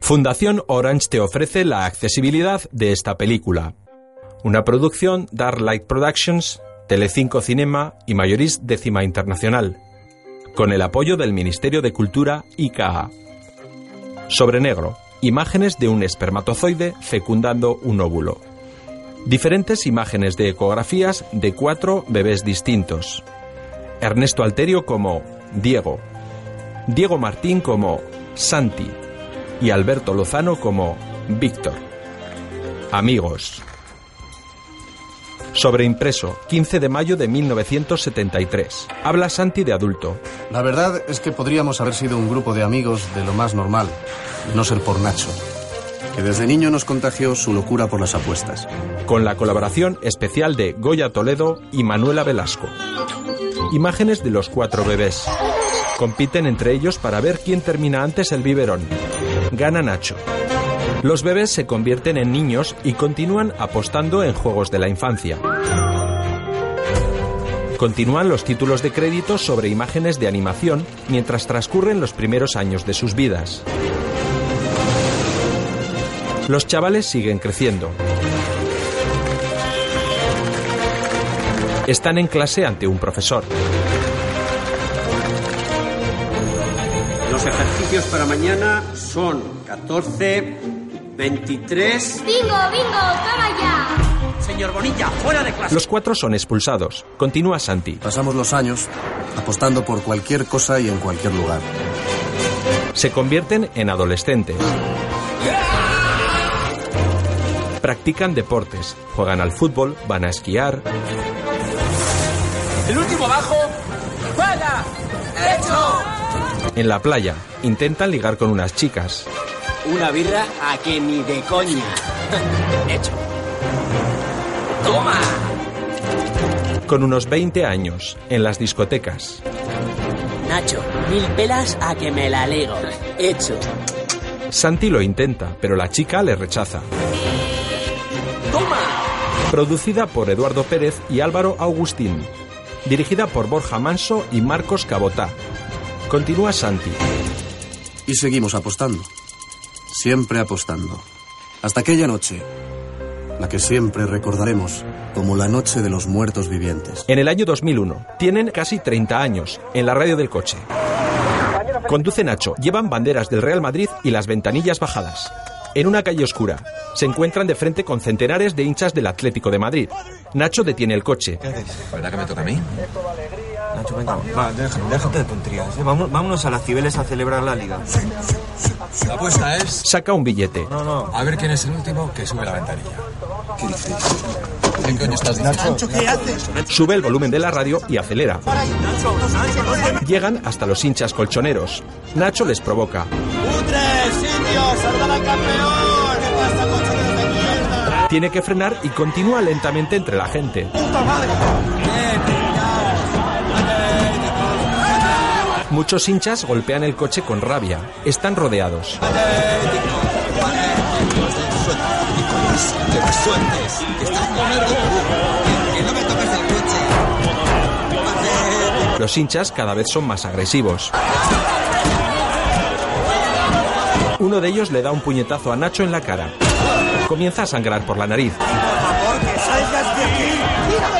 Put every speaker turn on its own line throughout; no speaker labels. Fundación Orange te ofrece la accesibilidad de esta película. Una producción Dark Light Productions, Telecinco Cinema y Mayorist Décima Internacional, con el apoyo del Ministerio de Cultura ICA. Sobre negro, imágenes de un espermatozoide fecundando un óvulo. Diferentes imágenes de ecografías de cuatro bebés distintos. Ernesto Alterio como Diego, Diego Martín como Santi y Alberto Lozano como Víctor. Amigos. Sobreimpreso, 15 de mayo de 1973. Habla Santi de adulto.
La verdad es que podríamos haber sido un grupo de amigos de lo más normal, de no ser por Nacho, que desde niño nos contagió su locura por las apuestas.
Con la colaboración especial de Goya Toledo y Manuela Velasco. Imágenes de los cuatro bebés. Compiten entre ellos para ver quién termina antes el biberón. Gana Nacho. Los bebés se convierten en niños y continúan apostando en juegos de la infancia. Continúan los títulos de crédito sobre imágenes de animación mientras transcurren los primeros años de sus vidas. Los chavales siguen creciendo. Están en clase ante un profesor.
Los ejercicios para mañana son 14, 23.
Bingo, bingo, toma ya.
Señor Bonilla, fuera de clase.
Los cuatro son expulsados. Continúa Santi.
Pasamos los años apostando por cualquier cosa y en cualquier lugar.
Se convierten en adolescentes. Practican deportes, juegan al fútbol, van a esquiar,
El último bajo. ¡Fuera! ¡Hecho!
en la playa, intentan ligar con unas chicas.
Una birra a que ni de coña. Hecho. Toma.
Con unos 20 años, en las discotecas.
Nacho, mil pelas a que me la lego. Hecho.
Santi lo intenta, pero la chica le rechaza.
Toma.
Producida por Eduardo Pérez y Álvaro Agustín. Dirigida por Borja Manso y Marcos Cabotá. Continúa Santi.
Y seguimos apostando. Siempre apostando. Hasta aquella noche, la que siempre recordaremos como la noche de los muertos vivientes.
En el año 2001, tienen casi 30 años, en la radio del coche. Conduce Nacho, llevan banderas del Real Madrid y las ventanillas bajadas. En una calle oscura, se encuentran de frente con centenares de hinchas del Atlético de Madrid. Nacho detiene el coche.
¿Verdad que me toca a mí? Nacho, venga, va, déjame, déjate de tonterías. ¿eh? Vamos- Vámonos a las Cibeles a celebrar la liga. La apuesta es...
Saca un billete.
No, no. A ver quién es el último que sube la ventanilla. ¿Qué dices? ¿En qué coño estás Nacho?
Sube el volumen de la radio y acelera. Llegan hasta los hinchas colchoneros. Nacho les provoca. Tiene que frenar y continúa lentamente entre la gente. Muchos hinchas golpean el coche con rabia. Están rodeados. Los hinchas cada vez son más agresivos. Uno de ellos le da un puñetazo a Nacho en la cara. Comienza a sangrar por la nariz.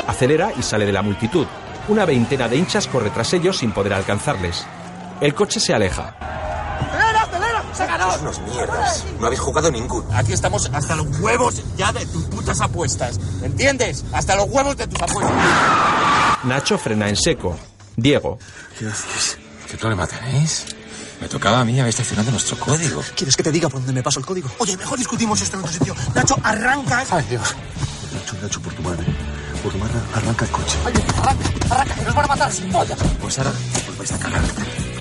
Acelera y sale de la multitud. Una veintena de hinchas corre tras ellos sin poder alcanzarles. El coche se aleja.
Unos mierdas. No habéis jugado ningún. Aquí estamos hasta los huevos ya de tus putas apuestas. ¿Entiendes? Hasta los huevos de tus apuestas.
Nacho frena en seco. Diego.
¿Qué problema tenéis? Me tocaba a mí, habéis traicionado nuestro código.
¿Quieres que te diga por dónde me paso el código? Oye, mejor discutimos esto en otro sitio. Nacho, arranca.
Ay, Dios.
Nacho, Nacho, por tu madre. Por tu madre, arranca el coche.
Pues ahora os vais a cagar.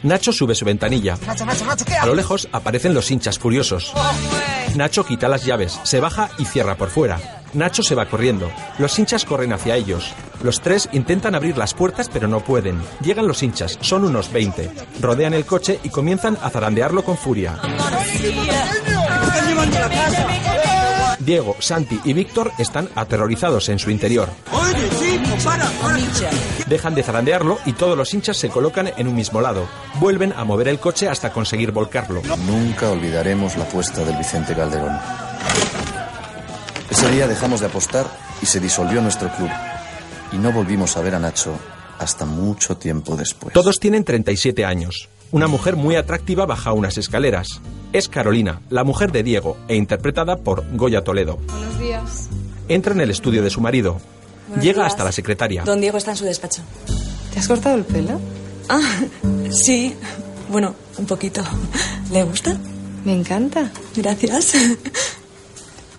Nacho sube su ventanilla.
Nacho, Nacho, Nacho, ¿qué
A lo lejos aparecen los hinchas furiosos. Nacho quita las llaves, se baja y cierra por fuera. Nacho se va corriendo. Los hinchas corren hacia ellos. Los tres intentan abrir las puertas pero no pueden. Llegan los hinchas, son unos 20. Rodean el coche y comienzan a zarandearlo con furia. Diego, Santi y Víctor están aterrorizados en su interior.
pues
vamos, para, para.
Dejan de zarandearlo y todos los hinchas se colocan en un mismo lado. Vuelven a mover el coche hasta conseguir volcarlo.
Nunca olvidaremos la apuesta del Vicente Calderón. Ese día dejamos de apostar y se disolvió nuestro club. Y no volvimos a ver a Nacho hasta mucho tiempo después.
Todos tienen 37 años. Una mujer muy atractiva baja unas escaleras. Es Carolina, la mujer de Diego, e interpretada por Goya Toledo.
Buenos días.
Entra en el estudio de su marido.
Buenos
Llega
días.
hasta la secretaria.
Don Diego está en su despacho.
¿Te has cortado el pelo?
Ah, sí. Bueno, un poquito. ¿Le gusta?
Me encanta.
Gracias.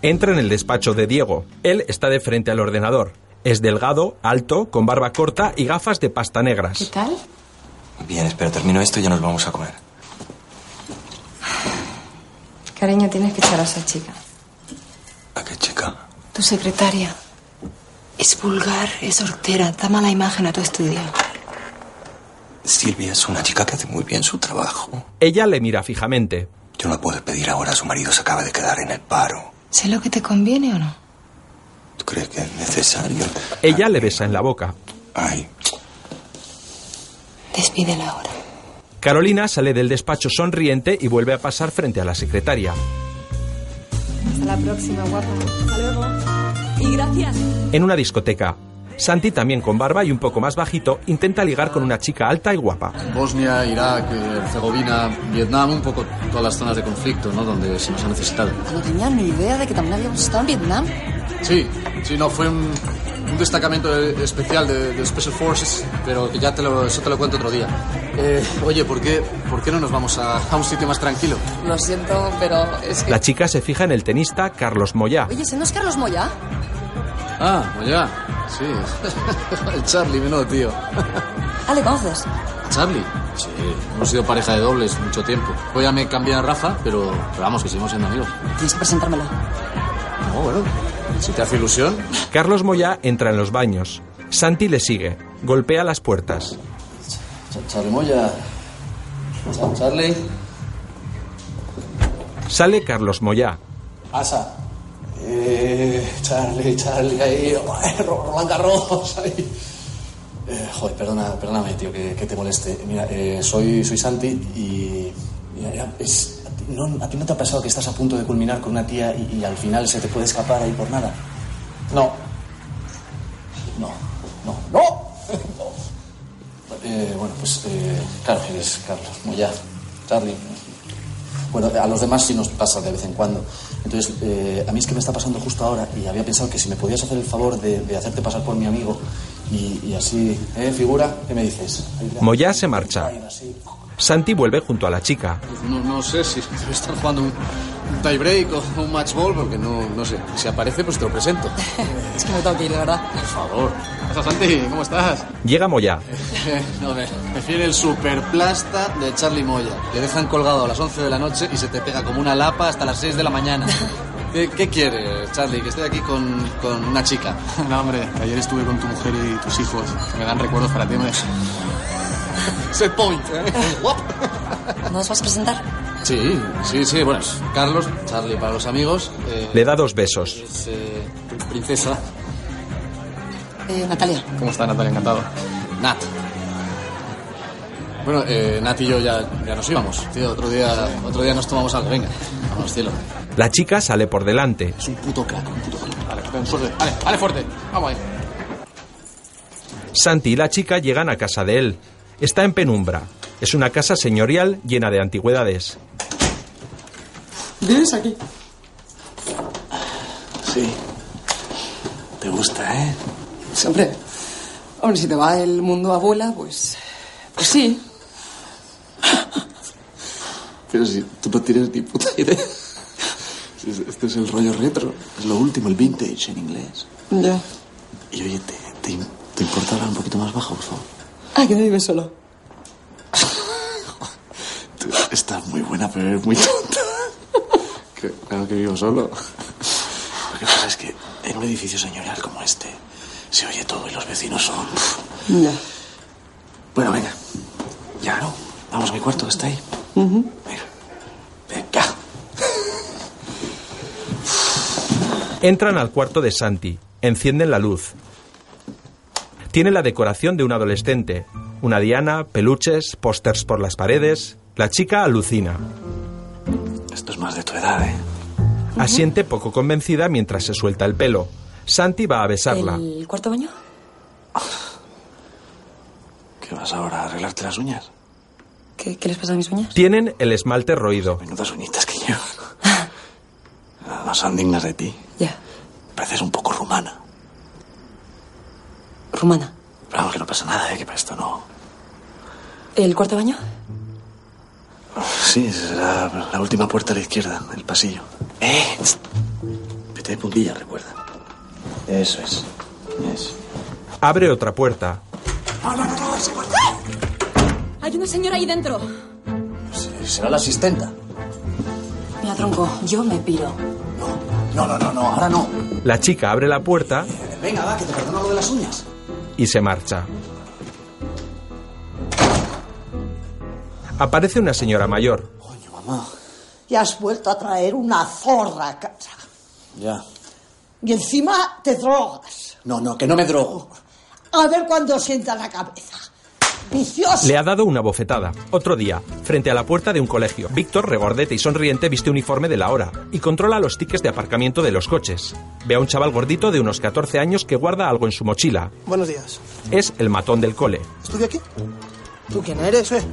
Entra en el despacho de Diego. Él está de frente al ordenador. Es delgado, alto, con barba corta y gafas de pasta
¿Qué
negras.
tal?
Bien, espera, termino esto y ya nos vamos a comer.
Cariño, tienes que echar a esa chica.
¿A qué chica?
Tu secretaria. Es vulgar, es hortera, da mala imagen a tu estudio.
Silvia es una chica que hace muy bien su trabajo.
Ella le mira fijamente.
Yo no puedo pedir ahora, su marido se acaba de quedar en el paro.
¿Sé lo que te conviene o no?
¿Tú crees que es necesario?
Ella le besa en la boca.
Ay,
Despídela ahora.
Carolina sale del despacho sonriente y vuelve a pasar frente a la secretaria.
Hasta la próxima, guapa.
Hasta luego. Y gracias.
En una discoteca. Santi, también con barba y un poco más bajito, intenta ligar con una chica alta y guapa.
Bosnia, Irak, eh, Herzegovina, Vietnam, un poco todas las zonas de conflicto, ¿no? Donde se nos ha necesitado.
No tenía ni idea de que también habíamos estado en Vietnam.
Sí, sí, no, fue un, un destacamento eh, especial de, de Special Forces, pero que ya te lo, eso te lo cuento otro día. Eh, oye, ¿por qué, ¿por qué no nos vamos a, a un sitio más tranquilo?
Lo siento, pero es que.
La chica se fija en el tenista Carlos Moyá.
Oye, ¿ese no es Carlos Moya?
Ah, ya, sí. El Charlie, menudo tío.
Ah, ¿le conoces?
¿Charlie? Sí, hemos sido pareja de dobles mucho tiempo. Hoy ya me cambié a Rafa, pero, pero vamos, que seguimos siendo amigos.
Tienes que presentármelo.
No, bueno, si te hace ilusión.
Carlos Moyá entra en los baños. Santi le sigue. Golpea las puertas.
Charlie Moya. Charlie.
Sale Carlos Moyá.
Asa. Eh, Charlie, Charlie, ahí. joder, Roland Garros, ahí. Eh, joder, perdona, perdóname, tío, que, que te moleste. Mira, eh, soy, soy Santi y. Mira, ya, es, a, ti, no, ¿a ti no te ha pasado que estás a punto de culminar con una tía y, y al final se te puede escapar ahí por nada? No. No, no, no. Eh, bueno, pues, eh, claro, eres Carlos Moya. Charlie. Bueno, a los demás sí nos pasa de vez en cuando. Entonces, eh, a mí es que me está pasando justo ahora y había pensado que si me podías hacer el favor de, de hacerte pasar por mi amigo y, y así, ¿eh, figura? ¿Qué me dices?
Moyá se marcha. Santi vuelve junto a la chica.
No, sé si debe estar jugando un, tiebreak o un match ball, porque no, no sé. Si aparece, pues te lo presento.
Es que me tengo que ir, de verdad.
Por favor. Hola, Santi, ¿cómo estás?
Llega Moyá.
No, me prefiere el superplasta de Charlie Moya. Le dejan colgado a las 11 de la noche y se te pega como una lapa hasta las 6 de la mañana. ¿Qué, qué quieres, Charlie? Que estoy aquí con, con una chica. No, hombre, ayer estuve con tu mujer y tus hijos, que me dan recuerdos para ti, hombre. Set point, ¿eh? Guap.
¿No nos vas a presentar?
Sí, sí, sí, bueno, es Carlos, Charlie para los amigos, eh,
Le da dos besos.
es, eh, princesa.
Eh, Natalia.
¿Cómo está Natalia? Encantado. Nat. Bueno, eh, Nat y yo ya, ya nos íbamos. Tío, otro día, otro día nos tomamos algo. Venga, vamos, cielo.
La chica sale por delante.
Es un puto crack, un puto crack. Vale, ten suerte. Vale, vale, fuerte. Vamos ahí.
Santi y la chica llegan a casa de él. Está en penumbra. Es una casa señorial llena de antigüedades.
¿Vives aquí?
Sí. Te gusta, ¿eh?
Sí, hombre. Hombre, si te va el mundo abuela, pues. Pues sí.
Pero si tú no tienes ni puta idea. Este es el rollo retro. Es lo último, el vintage en inglés.
Ya.
Y oye, ¿te, te, te importa hablar un poquito más bajo, por favor?
Ah, que no vives solo.
Tú estás muy buena, pero eres muy tonta. Que- Claro que vivo solo. Lo que pasa es que en un edificio señorial como este se oye todo y los vecinos son.
Ya.
Bueno, venga. Ya, ¿no? Vamos a mi cuarto que está ahí. Venga. Venga.
Entran al cuarto de Santi. Encienden la luz. Tiene la decoración de un adolescente, una diana, peluches, pósters por las paredes. La chica alucina.
Esto es más de tu edad, ¿eh?
Asiente poco convencida mientras se suelta el pelo. Santi va a besarla.
¿El cuarto baño?
¿Qué vas ahora? ¿Arreglarte las uñas?
¿Qué, qué les pasa a mis uñas?
Tienen el esmalte roído.
Menudas uñitas que llevan. No son dignas de ti.
Ya.
Pareces un poco rumana.
Rumana.
Pero vamos, que no pasa nada, ¿eh? que para esto no.
¿El cuarto baño?
Sí, será la última puerta a la izquierda, el pasillo. ¡Eh! Vete de puntilla, recuerda. Eso es. Eso.
Abre otra puerta.
¡No, no, no! no esa puerta.
¡Ah!
Hay una señora ahí dentro.
Eh, Será la asistenta.
Mira, tronco,
Oh.
yo me piro.
No, no, no, no, ahora no.
La chica abre la puerta
Venga, va, que te perdono lo de las uñas.
y se marcha. Aparece una señora mayor.
Coño, mamá.
Y has vuelto a traer una zorra a casa.
Ya.
Y encima te drogas.
No, no, que no me drogo.
A ver cuándo sienta la cabeza. Vicioso.
Le ha dado una bofetada. Otro día, frente a la puerta de un colegio, Víctor, regordete y sonriente, viste uniforme de la hora y controla los tickets de aparcamiento de los coches. Ve a un chaval gordito de unos 14 años que guarda algo en su mochila.
Buenos días.
Es el matón del cole.
¿Estudia aquí? ¿Tú quién eres, eh?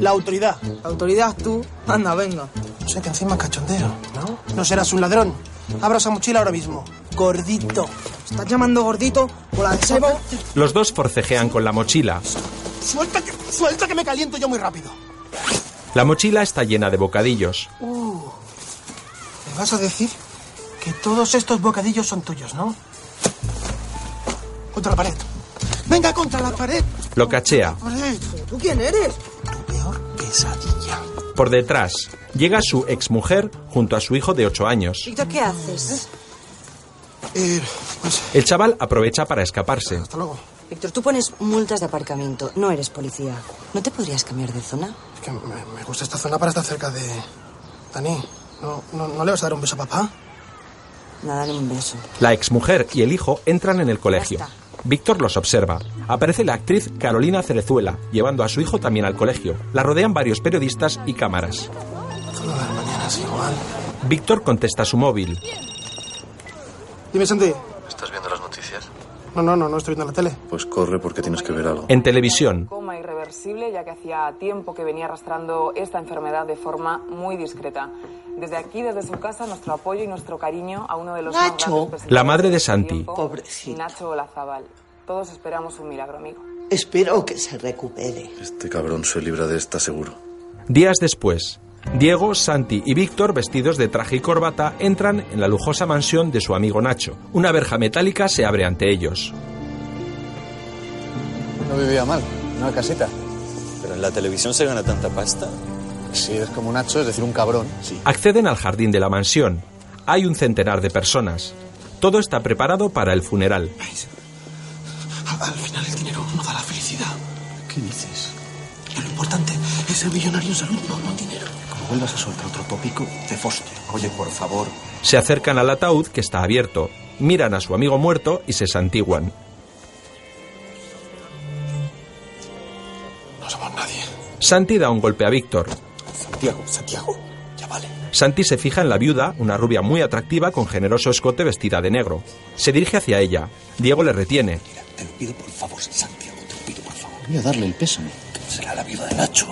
La autoridad. La autoridad tú. Anda, venga. No sé que encima es cachondero. ¿No? No serás un ladrón. Abra esa mochila ahora mismo. Gordito. ¿Estás llamando gordito? O la cebo.
Los dos forcejean con la mochila.
Suelta que, suelta que me caliento yo muy rápido.
La mochila está llena de bocadillos.
Uh, me vas a decir que todos estos bocadillos son tuyos, ¿no? Contra la pared. Venga, contra la pared.
Lo cachea.
Pared. ¿Tú quién eres? Tu peor pesadilla.
Por detrás, llega su exmujer junto a su hijo de 8 años.
Víctor, ¿qué haces?
Eh, pues
El chaval aprovecha para escaparse.
hasta luego.
Víctor, tú pones multas de aparcamiento, no eres policía. ¿No te podrías cambiar de zona?
Es que me, me gusta esta zona para estar cerca de... Dani, ¿no, no, no le vas a dar un beso a papá?
Nada, dale un beso.
La exmujer y el hijo entran en el colegio. Víctor los observa. Aparece la actriz Carolina Cerezuela, llevando a su hijo también al colegio. La rodean varios periodistas y cámaras.
Todo de mañana es igual.
Víctor contesta su móvil.
Dime, Santi.
¿Estás viendo las noticias?
No, no, no, no estoy viendo la tele.
Pues corre porque tienes que ver algo.
En televisión,
Coma irreversible, ya que hacía tiempo que venía arrastrando esta enfermedad de forma muy discreta. Desde aquí, desde su casa, nuestro apoyo y nuestro cariño a uno de los más
Nacho.
grandes presidentes
La madre de
del
Santi.
tiempo,
Pobrecita.
Nacho Olazábal. Todos esperamos un milagro, amigo.
Espero que se recupere.
Este cabrón se libra de esta seguro.
días después, Diego, Santi y Víctor, vestidos de traje y corbata, entran en la lujosa mansión de su amigo Nacho. Una verja metálica se abre ante ellos.
No vivía mal, una casita.
Pero en la televisión se gana tanta pasta.
Si eres como Nacho, es decir, un cabrón. Sí.
Acceden al jardín de la mansión. Hay un centenar de personas. Todo está preparado para el funeral.
Al final el dinero no da la felicidad. ¿Qué dices? Que lo importante es ser millonario en salud, no, no dinero.
Como vuelvas a soltar otro tópico, te foste. Oye, por favor.
Se acercan al ataúd que está abierto, miran a su amigo muerto y se santiguan.
No somos nadie.
Santi da un golpe a Víctor.
Santiago, Santiago, ya vale.
Santi se fija en la viuda, una rubia muy atractiva con generoso escote vestida de negro. Se dirige hacia ella. Diego le retiene.
Mira, te lo pido por favor, Santiago, te lo pido por favor.
Voy a darle el pésame.
Será la viuda de Nacho.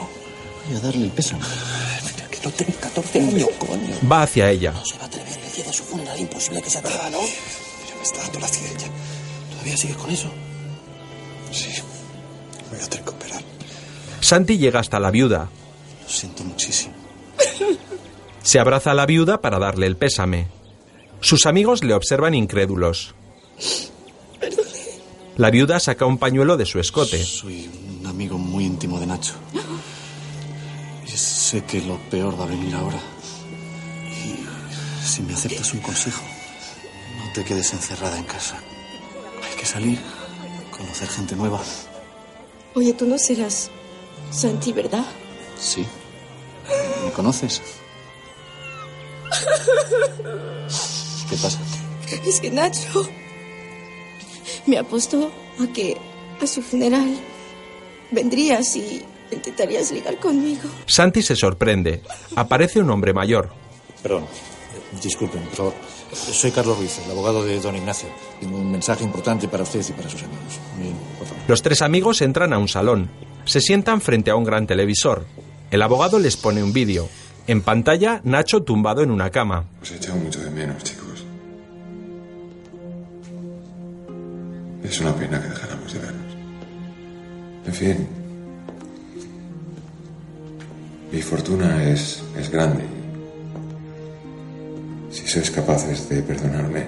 Voy a darle el pésame.
Mira, que no tengo 14 años, coño.
Va hacia ella.
No se va a atrever, le cierra su funeral, imposible que se atreva, Ah, ¿no? Mira, me está dando la ya. ¿Todavía sigues con eso? Sí, voy a tener que operar.
Santi llega hasta la viuda.
Lo siento muchísimo.
Se abraza a la viuda para darle el pésame. Sus amigos le observan incrédulos. La viuda saca un pañuelo de su escote.
Soy un amigo muy íntimo de Nacho. Y sé que lo peor va a venir ahora. Y si me aceptas un consejo, no te quedes encerrada en casa. Hay que salir, conocer gente nueva.
Oye, tú no serás Santi, ¿verdad?
Sí. ¿Me conoces? ¿Qué pasa?
Es que Nacho me apostó a que A su funeral vendrías y intentarías ligar conmigo.
Santi se sorprende. Aparece un hombre mayor.
Perdón, disculpen, por favor. Soy Carlos Ruiz, el abogado de don Ignacio. Tengo un mensaje importante para usted y para sus amigos. Bien, por favor.
Los tres amigos entran a un salón. Se sientan frente a un gran televisor. El abogado les pone un vídeo. En pantalla, Nacho tumbado en una cama.
Os he echado mucho de menos, chicos. Es una pena que dejáramos de vernos. En fin. Mi fortuna es, es grande. Si sois capaces de perdonarme,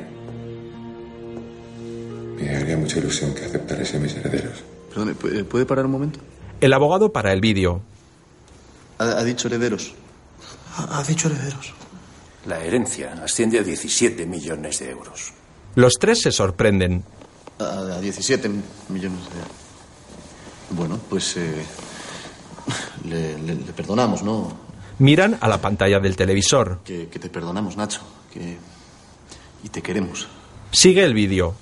me haría mucha ilusión que aceptarais a mis herederos.
Perdón, ¿puede, puede parar un momento?
El abogado para el vídeo.
Ha, ha dicho herederos.
Ha, ha dicho herederos.
La herencia asciende a 17 millones de euros.
Los tres se sorprenden.
A, a 17 millones de euros. Bueno, pues eh, le, le- le perdonamos, ¿no?
Miran a la pantalla del televisor.
Que, que te perdonamos, Nacho. Que... Y te queremos.
Sigue el vídeo.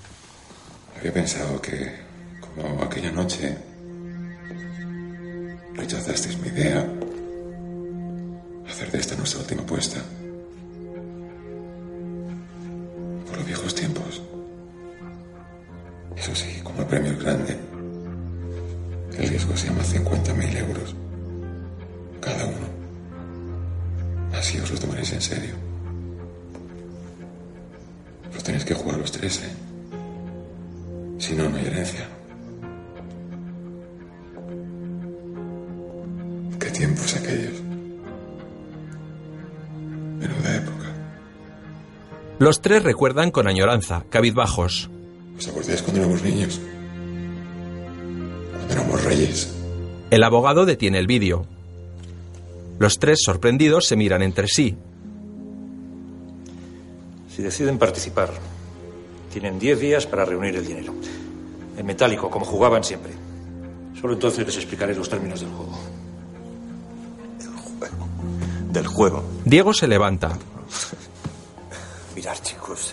Había pensado que, como aquella noche, rechazasteis mi idea, hacer de esta nuestra última apuesta. Por los viejos tiempos. Eso sí, como el premio es grande, el riesgo se llama 50.000 euros. Cada uno. Así os lo tomaréis en serio. Pero tenéis que jugar los tres, ¿eh? Si no, no hay herencia. ¿Qué tiempos aquellos? Menuda época.
Los tres recuerdan con añoranza, cabizbajos.
¿Os acordáis cuando éramos niños? Cuando éramos reyes.
El abogado detiene el vídeo. Los tres, sorprendidos, se miran entre sí.
Si deciden participar, tienen 10 días para reunir el dinero. En metálico, como jugaban siempre. Solo entonces les explicaré los términos del juego.
Del juego.
Diego se levanta.
Mirad, chicos,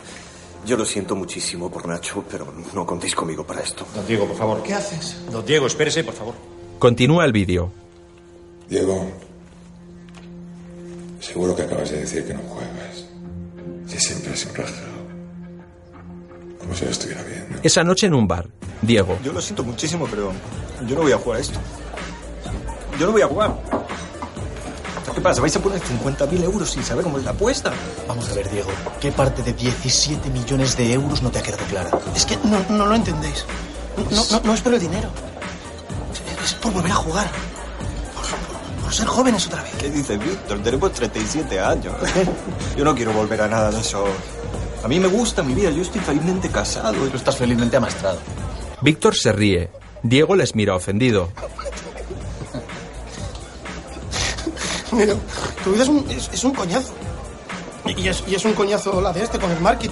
yo lo siento muchísimo por Nacho, pero no contéis conmigo para esto.
Don Diego, por favor.
¿Qué haces?
Don Diego, espérese, por favor.
Continúa el vídeo.
Diego, seguro que acabas de decir que no juegas. Si siempre has un rajado. Como si lo estuviera bien.
Esa noche en un bar. Diego.
Yo lo siento muchísimo, pero yo no voy a jugar a esto. Yo no voy a jugar. ¿Qué pasa? ¿Vais a poner 50.000 euros sin saber cómo es la apuesta?
Vamos a ver, Diego, ¿qué parte de 17 millones de euros no te ha quedado clara?
Es que no, no lo entendéis. No, no, no- no es por el dinero. Es- Es por volver a jugar. Por, por- por ser jóvenes otra vez.
¿Qué dice Víctor? Tenemos 37 años. Yo no quiero volver a nada de eso. A mí me gusta mi vida, yo estoy felizmente casado. Tú estás felizmente amastrado.
Víctor se ríe. Diego les mira ofendido.
Pero tu vida es un, es, es un coñazo. Y y es, y es un coñazo la de este con el marketing.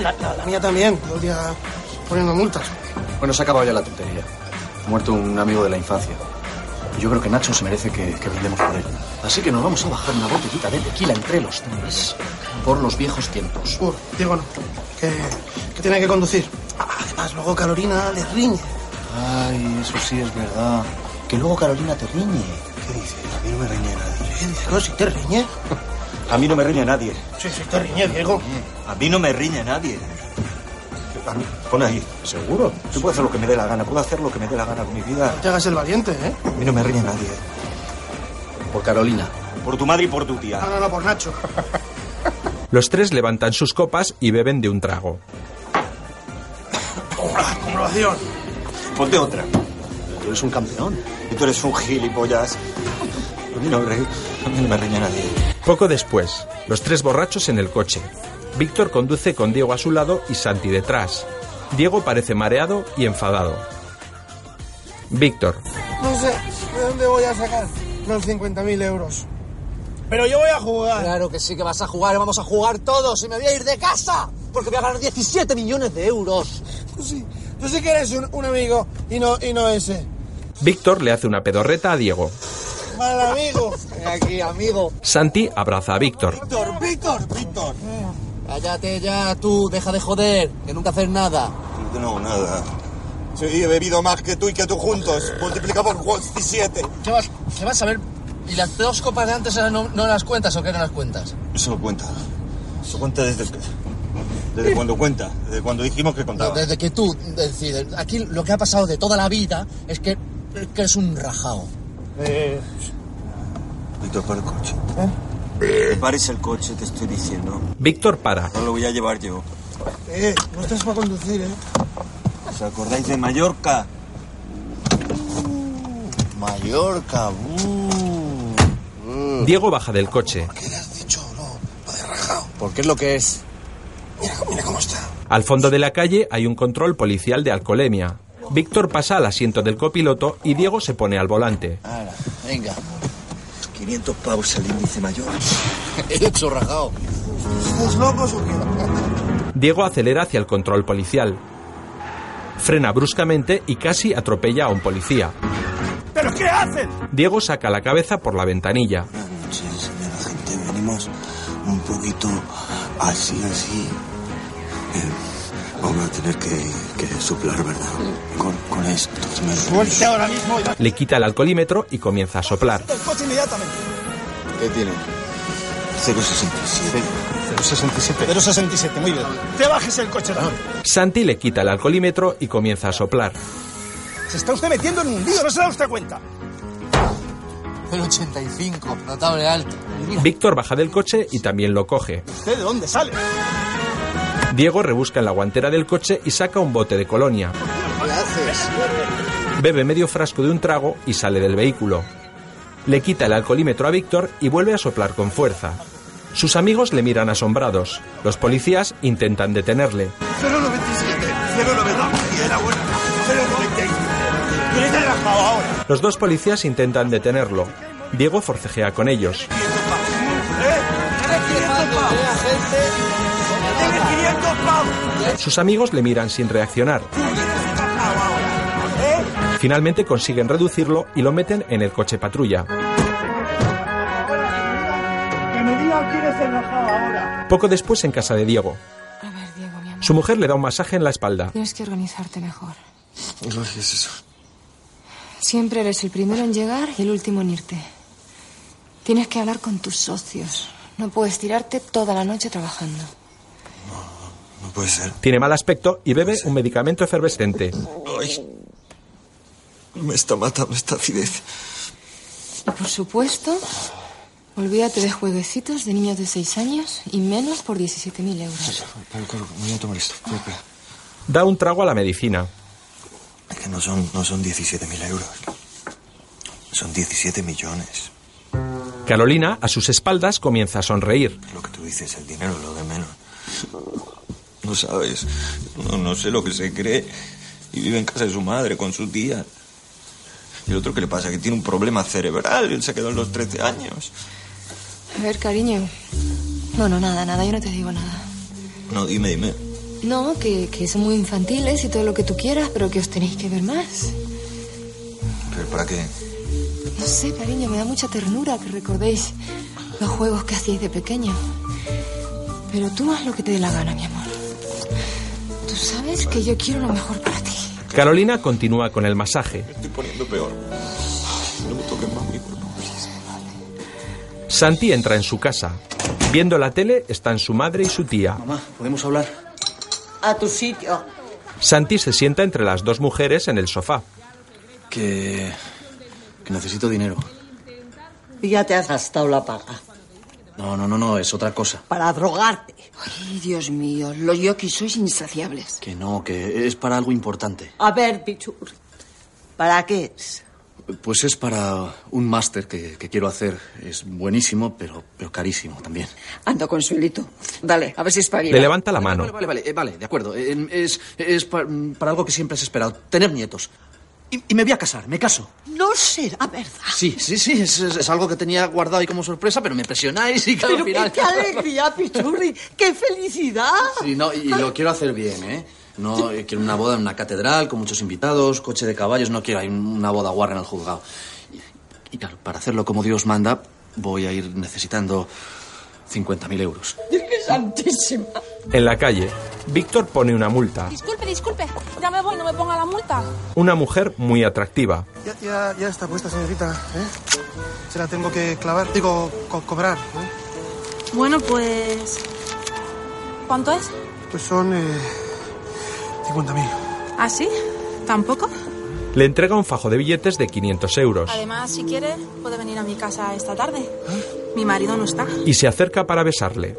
La, la- la mía también, todo el día poniendo multas.
Bueno, se ha acabado ya la tontería. Ha muerto un amigo de la infancia. Yo creo que Nacho se merece que, que brindemos por él. Así que nos vamos a bajar una botellita de tequila entre los tres. Por los viejos tiempos.
Por, Diego no, que, que tiene que conducir. Ah, Además, luego Carolina le riñe.
Ay, eso sí es verdad. Que luego Carolina te riñe. ¿Qué dices? A mí no me riñe nadie.
¿Qué dice? No, si te riñe.
A mí no me riñe nadie.
Sí, sí, te riñe, Diego.
A mí no me riñe nadie. A mí, pon ahí. ¿Seguro? Yo puedo hacer lo que me dé la gana, puedo hacer lo que me dé la gana con mi vida.
No te hagas el valiente, ¿eh?
A mí no me riñe nadie.
Por Carolina.
Por tu madre y por tu tía.
No, no, no, por Nacho.
Los tres levantan sus copas y beben de un trago.
Comprobación.
Ponte otra.
Tú eres un campeón.
Y tú eres un gilipollas. A mí no, me ri- a mí no me riñe nadie.
Poco después, los tres borrachos en el coche. Víctor conduce con Diego a su lado y Santi detrás. Diego parece mareado y enfadado. Víctor,
No sé de dónde voy a sacar los 50.000 euros. Pero yo voy a jugar.
Claro que sí que vas a jugar, vamos a jugar todos y me voy a ir de casa porque voy a ganar 17 millones de euros.
Tú sí, tú sí que eres un, un amigo y no, y no ese.
Víctor le hace una pedorreta a Diego.
Mal amigo. aquí, amigo.
Santi abraza a Víctor.
Víctor, Víctor, Víctor. Cállate ya, tú, deja de joder, que nunca haces nada.
No, nada. Sí, he bebido más que tú y que tú juntos. Multiplica por 17.
¿Qué vas, qué vas a ver? ¿Y las dos copas de antes ahora no, no las cuentas o qué no las cuentas?
Eso no cuenta. Eso cuenta desde... Desde cuando cuenta, desde cuando dijimos que contaba.
Desde que tú decides. Aquí lo que ha pasado de toda la vida es que, es que eres un rajao.
Eh. Víctor, para el coche. ¿Eh? Pares el coche, te estoy diciendo.
Víctor para.
No lo voy a llevar yo.
Eh, no estás para conducir, ¿eh?
¿Os acordáis de Mallorca?
Uh, Mallorca,
Mm.
uh,
uh. Diego baja del coche.
¿Por qué le has dicho, no? de rajao.
Porque es lo que es.
Mira, mira cómo está.
Al fondo de la calle hay un control policial de alcoholemia. Víctor pasa al asiento del copiloto y Diego se pone al volante.
Ahora, venga.
500 pavos al índice mayor.
Hecho rajado.
¿Estás locos o qué?
Diego acelera hacia el control policial. Frena bruscamente y casi atropella a un policía.
¿Pero qué hacen?
Diego saca la cabeza por la ventanilla.
Buenas noches, señora gente. Venimos un poquito así, así. Eh, vamos a tener que, que soplar, ¿verdad? Con, con esto. Me...
Suelte Pues ahora mismo. Y...
Le quita el alcoholímetro y comienza a soplar.
El coche inmediatamente.
¿Qué tiene?
067.
067. 067, muy bien. Te bajes el coche también.
Santi le quita el alcoholímetro y comienza a soplar.
Se está usted metiendo en un lío, no se da usted cuenta.
085, notable alto.
Víctor baja del coche y también lo coge.
¿Usted de dónde sale?
Diego rebusca en la guantera del coche y saca un bote de colonia.
¿Qué haces?
Bebe medio frasco de un trago y sale del vehículo. Le quita el alcoholímetro a Víctor y vuelve a soplar con fuerza. Sus amigos le miran asombrados. Los policías intentan detenerle.
097, 090, era buena. 090. ahora.
Los dos policías intentan detenerlo. Diego forcejea con ellos. Sus amigos le miran sin reaccionar. Finalmente consiguen reducirlo y lo meten en el coche patrulla. Poco después en casa de Diego.
A ver, Diego, mi amor.
Su mujer le da un masaje en la espalda.
Tienes que organizarte mejor.
No es eso.
Siempre eres el primero en llegar y el último en irte. Tienes que hablar con tus socios. No puedes tirarte toda la noche trabajando.
No, no puede ser.
Tiene mal aspecto y bebe un medicamento efervescente.
Ay. Me está matando esta acidez.
Y por supuesto, olvídate de jueguecitos de niños de 6 años y menos por 17.000 euros.
Pero, claro, voy a tomar esto.
Da un trago a la medicina.
Es que no son, no son 17.000 euros. Son 17 millones.
Carolina, a sus espaldas, comienza a sonreír.
Lo que tú dices, el dinero es lo de menos. No sabes, no, no sé lo que se cree. Y vive en casa de su madre, con su tía. ¿Y el otro qué le pasa? Que tiene un problema cerebral y él se quedó en los 13 años.
A ver, cariño. No, no, nada, nada, yo no te digo nada.
No, dime, dime.
No, que, que son muy infantiles y todo lo que tú quieras, pero que os tenéis que ver más.
¿Pero para qué?
No sé, cariño, me da mucha ternura que recordéis los juegos que hacíais de pequeño. Pero tú haz lo que te dé la gana, mi amor. Tú sabes que yo quiero lo mejor para ti.
Carolina continúa con el masaje.
Me estoy poniendo peor. No me toques más mi cuerpo,
Santi entra en su casa. Viendo la tele están su madre y su tía.
Mamá, ¿podemos hablar?
A tu sitio.
Santi se sienta entre las dos mujeres en el sofá.
Que que necesito dinero.
Y ya te has gastado la paga.
No, no, no, no, es otra cosa.
Para drogarte.
Ay, Dios mío, los yokis sois insaciables.
Que no, que es para algo importante.
A ver, Pichur, ¿para qué es?
Pues es para un máster que, que, quiero hacer. Es buenísimo, pero, pero carísimo también.
Anda, Consuelito. Dale, a ver si es para
Le levanta la mano.
Vale, vale, vale, Eh, vale de acuerdo. Es, es para, para algo que siempre has esperado, tener nietos. Y, y, me voy a casar, me caso.
No será verdad.
Sí, sí, sí, es, es, es algo que tenía guardado ahí como sorpresa, pero me presionáis y claro,
pero
final...
¡Qué alegría, Pichurri! ¡Qué felicidad!
Sí, no, y lo quiero hacer bien, ¿eh? No eh, quiero una boda en una catedral con muchos invitados, coche de caballos, no quiero hay una boda guarra en el juzgado. Y, y, claro, para hacerlo como Dios manda, voy a ir necesitando 50.000 euros.
¡Qué santísima!
En la calle, Víctor pone una multa.
Disculpe, disculpe. Ya me voy, no me ponga la multa.
Una mujer muy atractiva.
Ya, ya, ya está puesta, señorita. ¿eh? Se la tengo que clavar, digo, co- cobrar. ¿eh?
Bueno, pues. ¿Cuánto es?
Pues son eh, 50.000.
¿Ah, sí? ¿Tampoco?
Le entrega un fajo de billetes de 500 euros
Además, si quiere, puede venir a mi casa esta tarde.
¿Ah?
Mi marido no está.
y se acerca para besarle.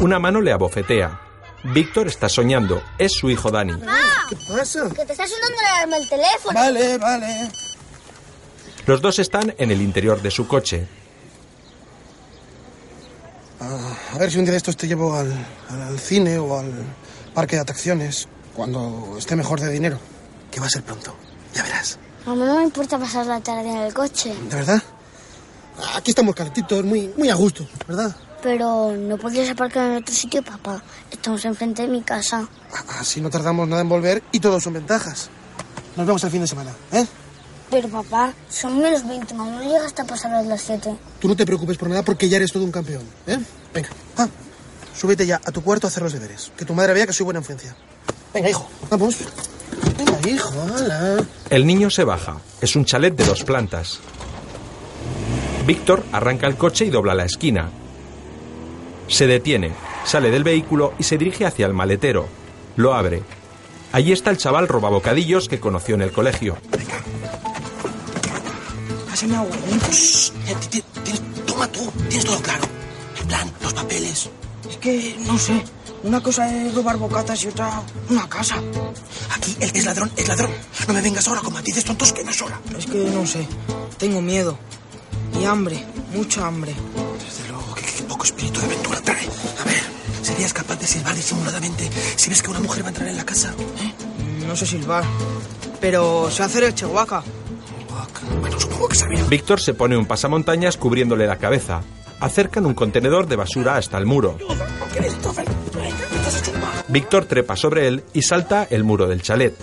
Una mano le abofetea. Víctor está soñando. Es su hijo Dani.
¿Qué pasa? Ah, Que te está sonando la alarma el teléfono. Vale, vale.
Los dos están en el interior de su coche.
Ah, a ver si un día de estos te llevo al, al- al cine o al parque de atracciones, cuando esté mejor de dinero, que va a ser pronto. Ya verás.
Mamá, no me importa pasar la tarde en el coche.
¿De verdad? Aquí estamos calentitos, muy, muy a gusto, ¿verdad?
Pero no podías aparcar en otro sitio, papá. Estamos enfrente de mi casa.
Así no tardamos nada en volver y todo son ventajas. Nos vemos el fin de semana, ¿eh?
Pero papá, son menos 20, mamá no llega hasta pasar a las 7.
Tú no te preocupes por nada porque ya eres todo un campeón, ¿eh? Venga, ah, súbete ya a tu cuarto a hacer los deberes. Que tu madre vea que soy buena influencia. Venga, hijo. Vamos. Venga, hijo, hola.
El niño se baja. Es un chalet de dos plantas. Víctor arranca el coche y dobla la esquina. Se detiene, sale del vehículo y se dirige hacia el maletero. Lo abre. Allí está el chaval robabocadillos que conoció en el colegio.
Pásame agua.
¿eh?
Toma tú, tienes todo claro. El plan, los papeles.
Es que, no sé, una cosa es robar bocatas y otra una casa.
Aquí el que es ladrón es ladrón. No me vengas ahora con matices tontos que no es hora.
Es que, no sé, tengo miedo. Y hambre, mucha hambre.
Desde luego, qué, qué poco espíritu de aventura trae. A ver, ¿serías capaz de silbar disimuladamente si ves que una mujer va a entrar en la casa?
¿Eh? No sé silbar, pero sé hacer el chehuaca.
Víctor se pone un pasamontañas cubriéndole la cabeza. Acercan un contenedor de basura hasta el muro. Víctor trepa sobre él y salta el muro del chalet.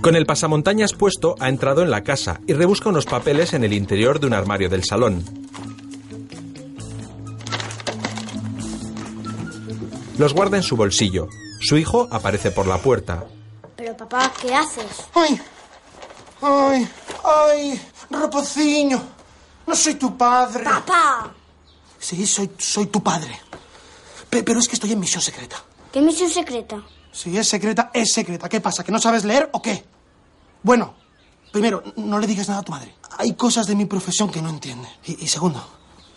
Con el pasamontañas puesto, ha entrado en la casa y rebusca unos papeles en el interior de un armario del salón. Los guarda en su bolsillo. Su hijo aparece por la puerta.
Pero papá, ¿qué haces?
¡Ay!
¡Ay! ¡Ay! ¡Rapaciño! No soy tu padre.
¡Papá!
Sí, soy, soy tu padre. Pe- pero es que estoy en misión secreta.
¿Qué misión secreta?
Si es secreta, es secreta. ¿Qué pasa? ¿Que no sabes leer o qué? Bueno, primero, n- no le digas nada a tu madre. Hay cosas de mi profesión que no entiende. Y, y segundo,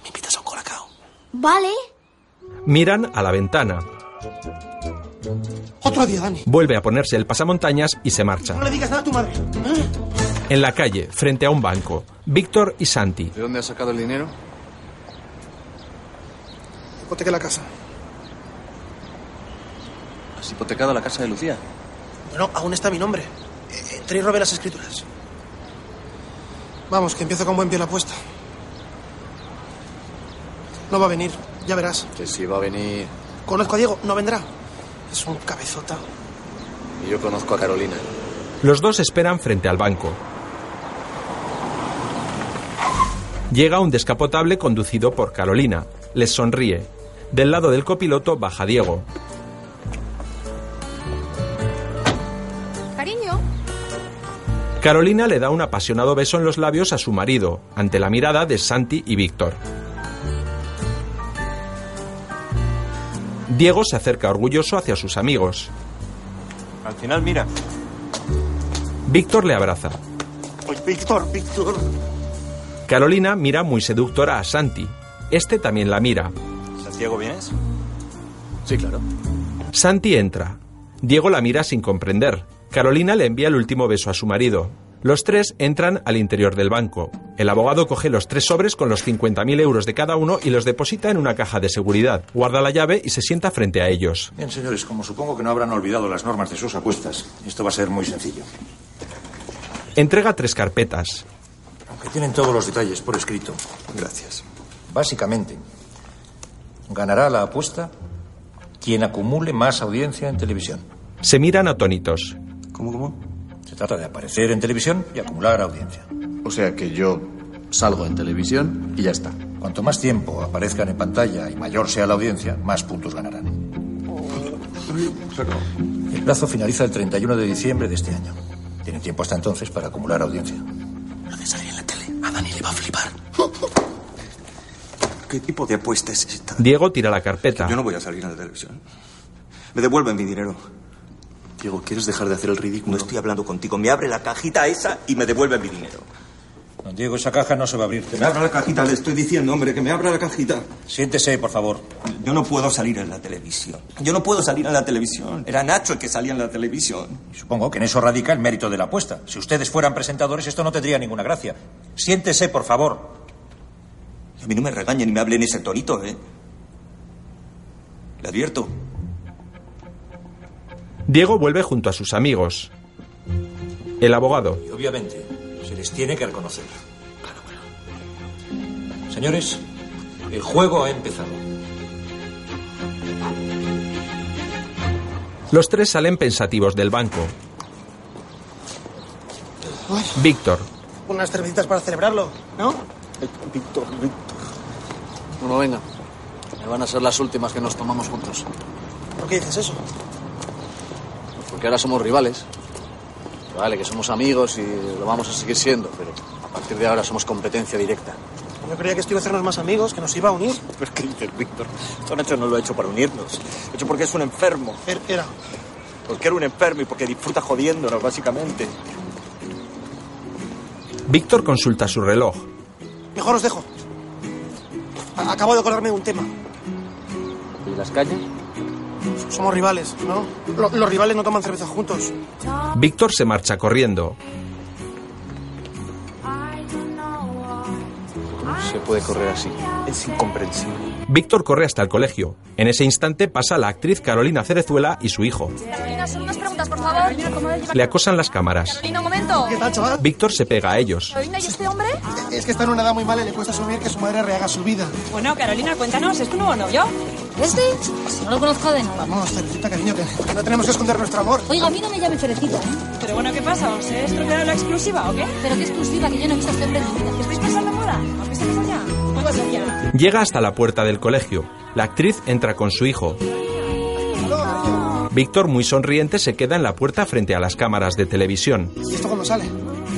me invitas a un colacao.
Vale.
Miran a la ventana.
Otro día, Dani.
Vuelve a ponerse el pasamontañas y se marcha.
No le digas nada a tu madre. ¿eh?
En la calle, frente a un banco, Víctor y Santi.
¿De dónde has sacado el dinero?
Hipoteca la casa.
Has hipotecado la casa de Lucía.
Bueno, aún está mi nombre. Eh, Entré y robé las escrituras. Vamos, que empiezo con buen pie la apuesta. No va a venir, ya verás.
Que si va a venir.
Conozco a Diego, no vendrá. Es un cabezota.
Y yo conozco a Carolina.
Los dos esperan frente al banco. Llega un descapotable conducido por Carolina. Les sonríe. Del lado del copiloto baja Diego.
Cariño.
Carolina le da un apasionado beso en los labios a su marido, ante la mirada de Santi y Víctor. Diego se acerca orgulloso hacia sus amigos.
Al final, mira.
Víctor le abraza.
Víctor, Víctor.
Carolina mira muy seductora a Santi. Este también la mira.
¿Santiago vienes?
Sí, claro.
Santi entra. Diego la mira sin comprender. Carolina le envía el último beso a su marido. Los tres entran al interior del banco. El abogado coge los tres sobres con los 50.000 euros de cada uno y los deposita en una caja de seguridad. Guarda la llave y se sienta frente a ellos.
Bien, señores, como supongo que no habrán olvidado las normas de sus apuestas, esto va a ser muy sencillo.
Entrega tres carpetas.
Aunque tienen todos los detalles por escrito. Gracias. Básicamente, ganará la apuesta quien acumule más audiencia en televisión.
Se miran atónitos.
¿Cómo, cómo?
Se trata de aparecer en televisión y acumular audiencia.
O sea que yo salgo en televisión y ya está.
Cuanto más tiempo aparezcan en pantalla y mayor sea la audiencia, más puntos ganarán. El plazo finaliza el 31 de diciembre de este año. Tienen tiempo hasta entonces para acumular audiencia.
Lo de salir en la tele. A Dani le va a flipar.
¿Qué tipo de apuesta es esta?
Diego tira la carpeta.
Yo no voy a salir en la televisión. Me devuelven mi dinero.
Diego, ¿quieres dejar de hacer el ridículo?
No estoy hablando contigo. Me abre la cajita esa y me devuelven mi dinero.
Don Diego, esa caja no se va a abrir.
Que me abra la cajita, le estoy diciendo, hombre, que me abra la cajita.
Siéntese, por favor.
Yo no puedo salir en la televisión. Yo no puedo salir en la televisión. Era Nacho el que salía en la televisión.
Supongo que en eso radica el mérito de la apuesta. Si ustedes fueran presentadores, esto no tendría ninguna gracia. Siéntese, por favor.
A mí no me regañen ni me hablen ese torito, ¿eh? Le advierto.
Diego vuelve junto a sus amigos. El abogado.
Y obviamente, se les tiene que reconocer. Señores, el juego ha empezado.
Los tres salen pensativos del banco. Víctor,
Unas cervecitas para celebrarlo, ¿no?
Víctor, Víctor.
Bueno, venga. Me van a ser las últimas que nos tomamos juntos.
¿Por qué dices eso?
Pues porque ahora somos rivales. Vale, que somos amigos y lo vamos a seguir siendo, pero a partir de ahora somos competencia directa.
Yo creía que esto iba a hacernos más amigos, que nos iba a unir.
¿Pero qué dices, Víctor? Esto Nacho no lo ha hecho para unirnos. Lo ha hecho porque es un enfermo.
Er- Era.
Porque era un enfermo y porque disfruta jodiéndonos, básicamente.
Víctor consulta su reloj.
Mejor os dejo. A- acabo de acordarme de un tema.
¿Y las calles?
Somos rivales, ¿no? Lo- los rivales no toman cerveza juntos.
Víctor se marcha corriendo.
Se puede correr así. Es incomprensible.
Víctor corre hasta el colegio. En ese instante pasa la actriz Carolina Cerezuela y su hijo.
Carolina, solo unas preguntas, por favor.
Le acosan las cámaras.
Carolina, un momento.
¿Qué tal, chaval?
Víctor se pega a ellos.
Carolina, ¿y este hombre?
Es que está en una edad muy mala y le cuesta asumir que su madre rehaga su vida.
Bueno, Carolina, cuéntanos, ¿es tu nuevo novio?
¿Este? No lo conozco de nada.
Vamos, Cerecita, cariño, que no tenemos que esconder nuestro amor.
Oiga, a mí no me llame Cerecita, ¿eh?
Pero bueno, ¿qué pasa? ¿Os he estropeado la exclusiva o qué?
Pero qué exclusiva, que yo no he visto a este hombre en mi vida.
¿Estáis pensando en moda? ¿Os visteis allá? ¿Cuándo es allá?
Llega hasta la puerta del colegio. La actriz entra con su hijo. Víctor, muy sonriente, se queda en la puerta frente a las cámaras de televisión.
¿Y esto cómo sale?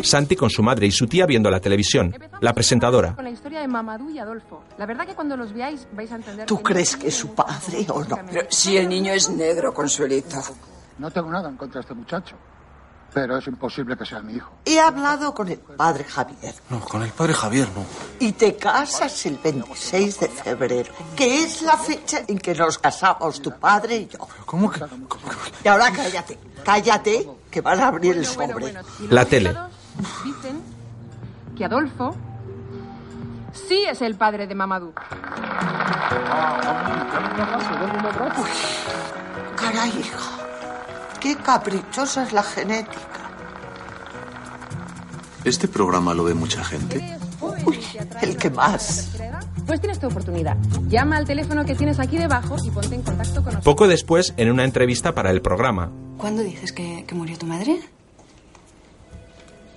Santi con su madre y su tía viendo la televisión. La presentadora.
Con la historia de Mamadou y Adolfo. La verdad que cuando los veáis vais a entender.
¿Tú crees que es su padre o no?
Pero si el niño es negro, Consuelito.
No tengo nada en contra de este muchacho, pero es imposible que sea mi hijo.
He hablado con el padre Javier
No, con el padre Javier no.
y te casas el 26 de febrero, que es la fecha en que nos casamos tu padre y yo.
¿Cómo que?
Y ahora cállate, cállate, que van a abrir el sobre.
La tele.
Dicen que Adolfo sí es el padre de Mamadou.
Caray, hija, qué caprichosa es la genética.
Este programa lo ve mucha gente.
El que más.
Pues tienes tu oportunidad. Llama al teléfono que tienes aquí debajo y ponte en contacto con nosotros.
Poco después, en una entrevista para el programa.
¿Cuándo dices que, que murió tu madre?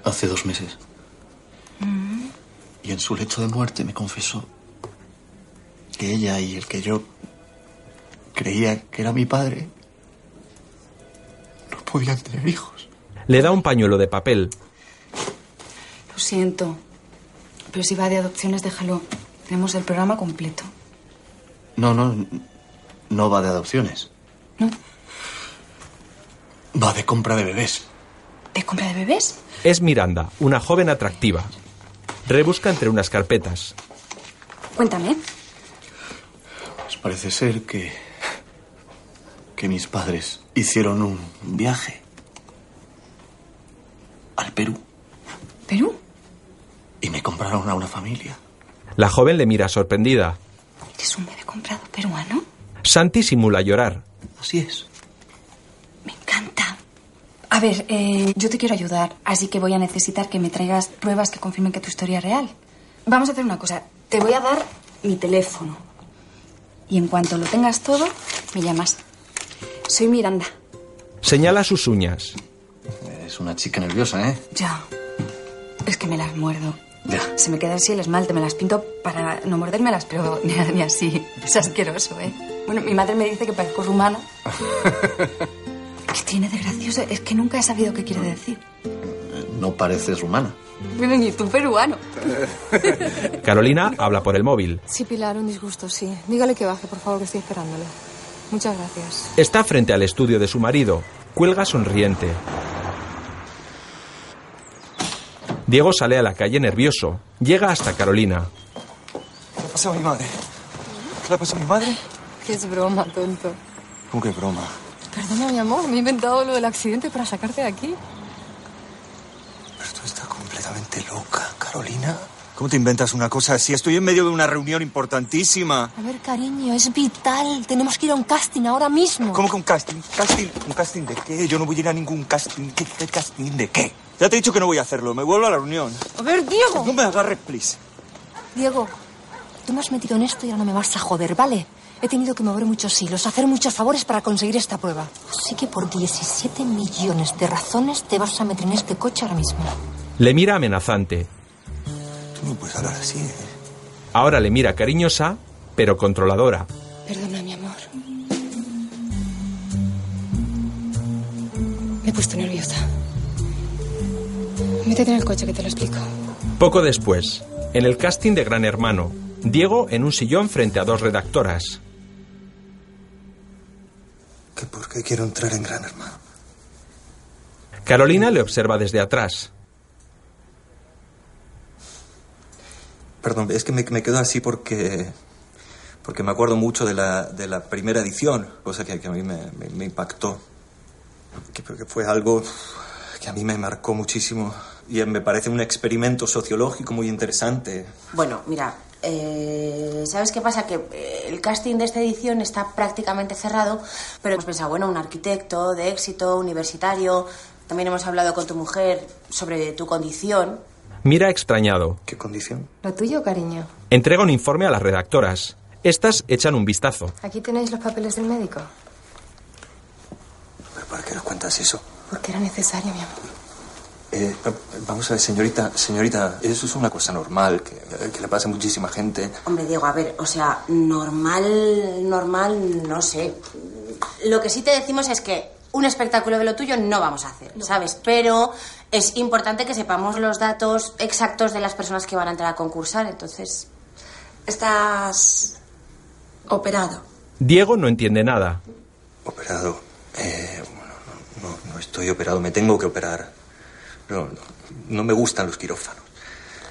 Hace dos meses.
Mm.
Y en su lecho de muerte me confesó que ella y el que yo creía que era mi padre no podían tener hijos.
Le da un pañuelo de papel.
Lo siento, pero si va de adopciones, déjalo. Tenemos el programa completo.
No, no, no va de adopciones.
No.
Va de compra de bebés.
¿De compra de bebés?
Es Miranda, una joven atractiva. Rebusca entre unas carpetas.
Cuéntame.
Pues parece ser que. que mis padres hicieron un viaje. al Perú.
¿Perú?
Y me compraron a una familia.
La joven le mira sorprendida.
¿Es un bebé comprado peruano?
Santi simula llorar.
Así es.
A ver, eh, yo te quiero ayudar, así que voy a necesitar que me traigas pruebas que confirmen que tu historia es real. Vamos a hacer una cosa. Te voy a dar mi teléfono. Y en cuanto lo tengas todo, me llamas. Soy Miranda.
Señala sus uñas.
Es una chica nerviosa, ¿eh?
Ya. Es que me las muerdo.
Se me queda así el esmalte, me las pinto para no mordérmelas, pero ni, ni así. Es asqueroso, ¿eh? Bueno, mi madre me dice que parezco rumana. ¿Qué tiene de gracioso? Es que nunca he sabido qué quiere decir.
No pareces rumana.
Bueno, ni tú peruano.
Carolina habla por el móvil.
Sí, Pilar, un disgusto, sí. Dígale que baje, por favor, que estoy esperándole. Muchas gracias.
Está frente al estudio de su marido. Cuelga sonriente. Diego sale a la calle nervioso. Llega hasta Carolina.
¿Qué le pasa a mi madre? ¿Qué le pasa a mi madre?
Que es broma, tonto.
¿Cómo que broma?
Perdona, mi amor, me he inventado lo del accidente para sacarte de aquí.
Completamente loca, Carolina. ¿Cómo te inventas una cosa así? Estoy en medio de una reunión importantísima.
A ver, cariño, es vital. Tenemos que ir a un casting ahora mismo.
¿Cómo que un casting? ¿Casting? ¿Un casting de qué? Yo no voy a ir a ningún casting. ¿Qué, qué casting de qué? Ya te he dicho que no voy a hacerlo. Me vuelvo a la reunión.
A ver, Diego.
No me agarres, please.
Diego, tú me has metido en esto y ahora no me vas a joder, ¿vale? He tenido que mover muchos hilos, hacer muchos favores para conseguir esta prueba. Así que por 17 millones de razones te vas a meter en este coche ahora mismo.
Le mira amenazante.
Tú no puedes hablar así. ¿eh?
Ahora le mira cariñosa, pero controladora.
Perdona, mi amor. Me he puesto nerviosa. Métete en el coche que te lo explico.
Poco después, en el casting de Gran Hermano, Diego en un sillón frente a dos redactoras.
¿Que ¿Por qué quiero entrar en Gran Hermano?
Carolina le observa desde atrás.
Perdón, es que me, me quedo así porque. Porque me acuerdo mucho de la, de la primera edición, cosa que, que a mí me, me- me impactó. Que, que fue algo que a mí me marcó muchísimo. Y me parece un experimento sociológico muy interesante.
Bueno, mira, eh, ¿sabes qué pasa? Que eh, el casting de esta edición está prácticamente cerrado, pero hemos pensado, bueno, un arquitecto de éxito, universitario. También hemos hablado con tu mujer sobre tu condición.
Mira extrañado.
¿Qué condición?
Lo tuyo, cariño.
Entrega un informe a las redactoras. Estas echan un vistazo.
Aquí tenéis los papeles del médico.
¿Para qué nos cuentas eso?
Porque era necesario, mi amor.
Eh, va- vamos a ver, señorita, señorita, eso es una cosa normal que, que le pasa a muchísima gente.
Hombre, Diego, a ver, o sea, normal, normal, no sé. Lo que sí te decimos es que un espectáculo de lo tuyo no vamos a hacer, ¿sabes? Pero es importante que sepamos los datos exactos de las personas que van a entrar a concursar, entonces... Estás operado.
Diego no entiende nada.
Operado. Eh, no, no, no estoy operado, me tengo que operar. No, no, no me gustan los quirófanos.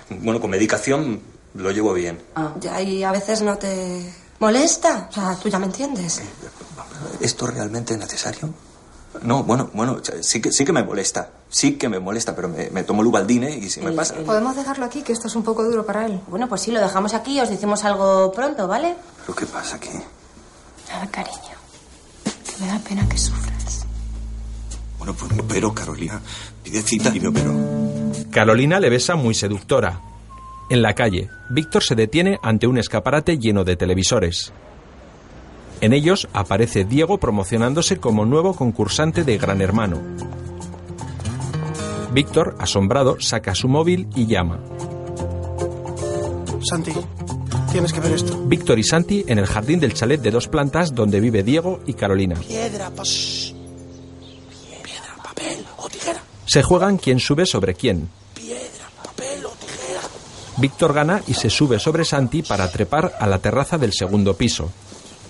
Bueno, con medicación lo llevo bien.
Ya, y a veces no te molesta. O sea, tú ya me entiendes.
¿Esto realmente es necesario? No, bueno, bueno, sí que, sí que me molesta. Sí que me molesta, pero me, me tomo Lubaldine y si me pasa.
Podemos dejarlo aquí, que esto es un poco duro para él.
Bueno, pues sí, lo dejamos aquí y os decimos algo pronto, ¿vale?
¿Pero qué pasa aquí?
Nada, cariño. Que me da pena que sufras.
Bueno, pues me opero, Carolina. Pide cita y me opero.
Carolina le besa muy seductora. En la calle, Víctor se detiene ante un escaparate lleno de televisores. En ellos aparece Diego promocionándose como nuevo concursante de Gran Hermano. Víctor, asombrado, saca su móvil y llama.
Santi, tienes que ver esto.
Víctor y Santi en el jardín del chalet de dos plantas donde vive Diego y Carolina.
Piedra,
pues,
pas.
Se juegan quién sube sobre quién. Víctor gana y se sube sobre Santi para trepar a la terraza del segundo piso.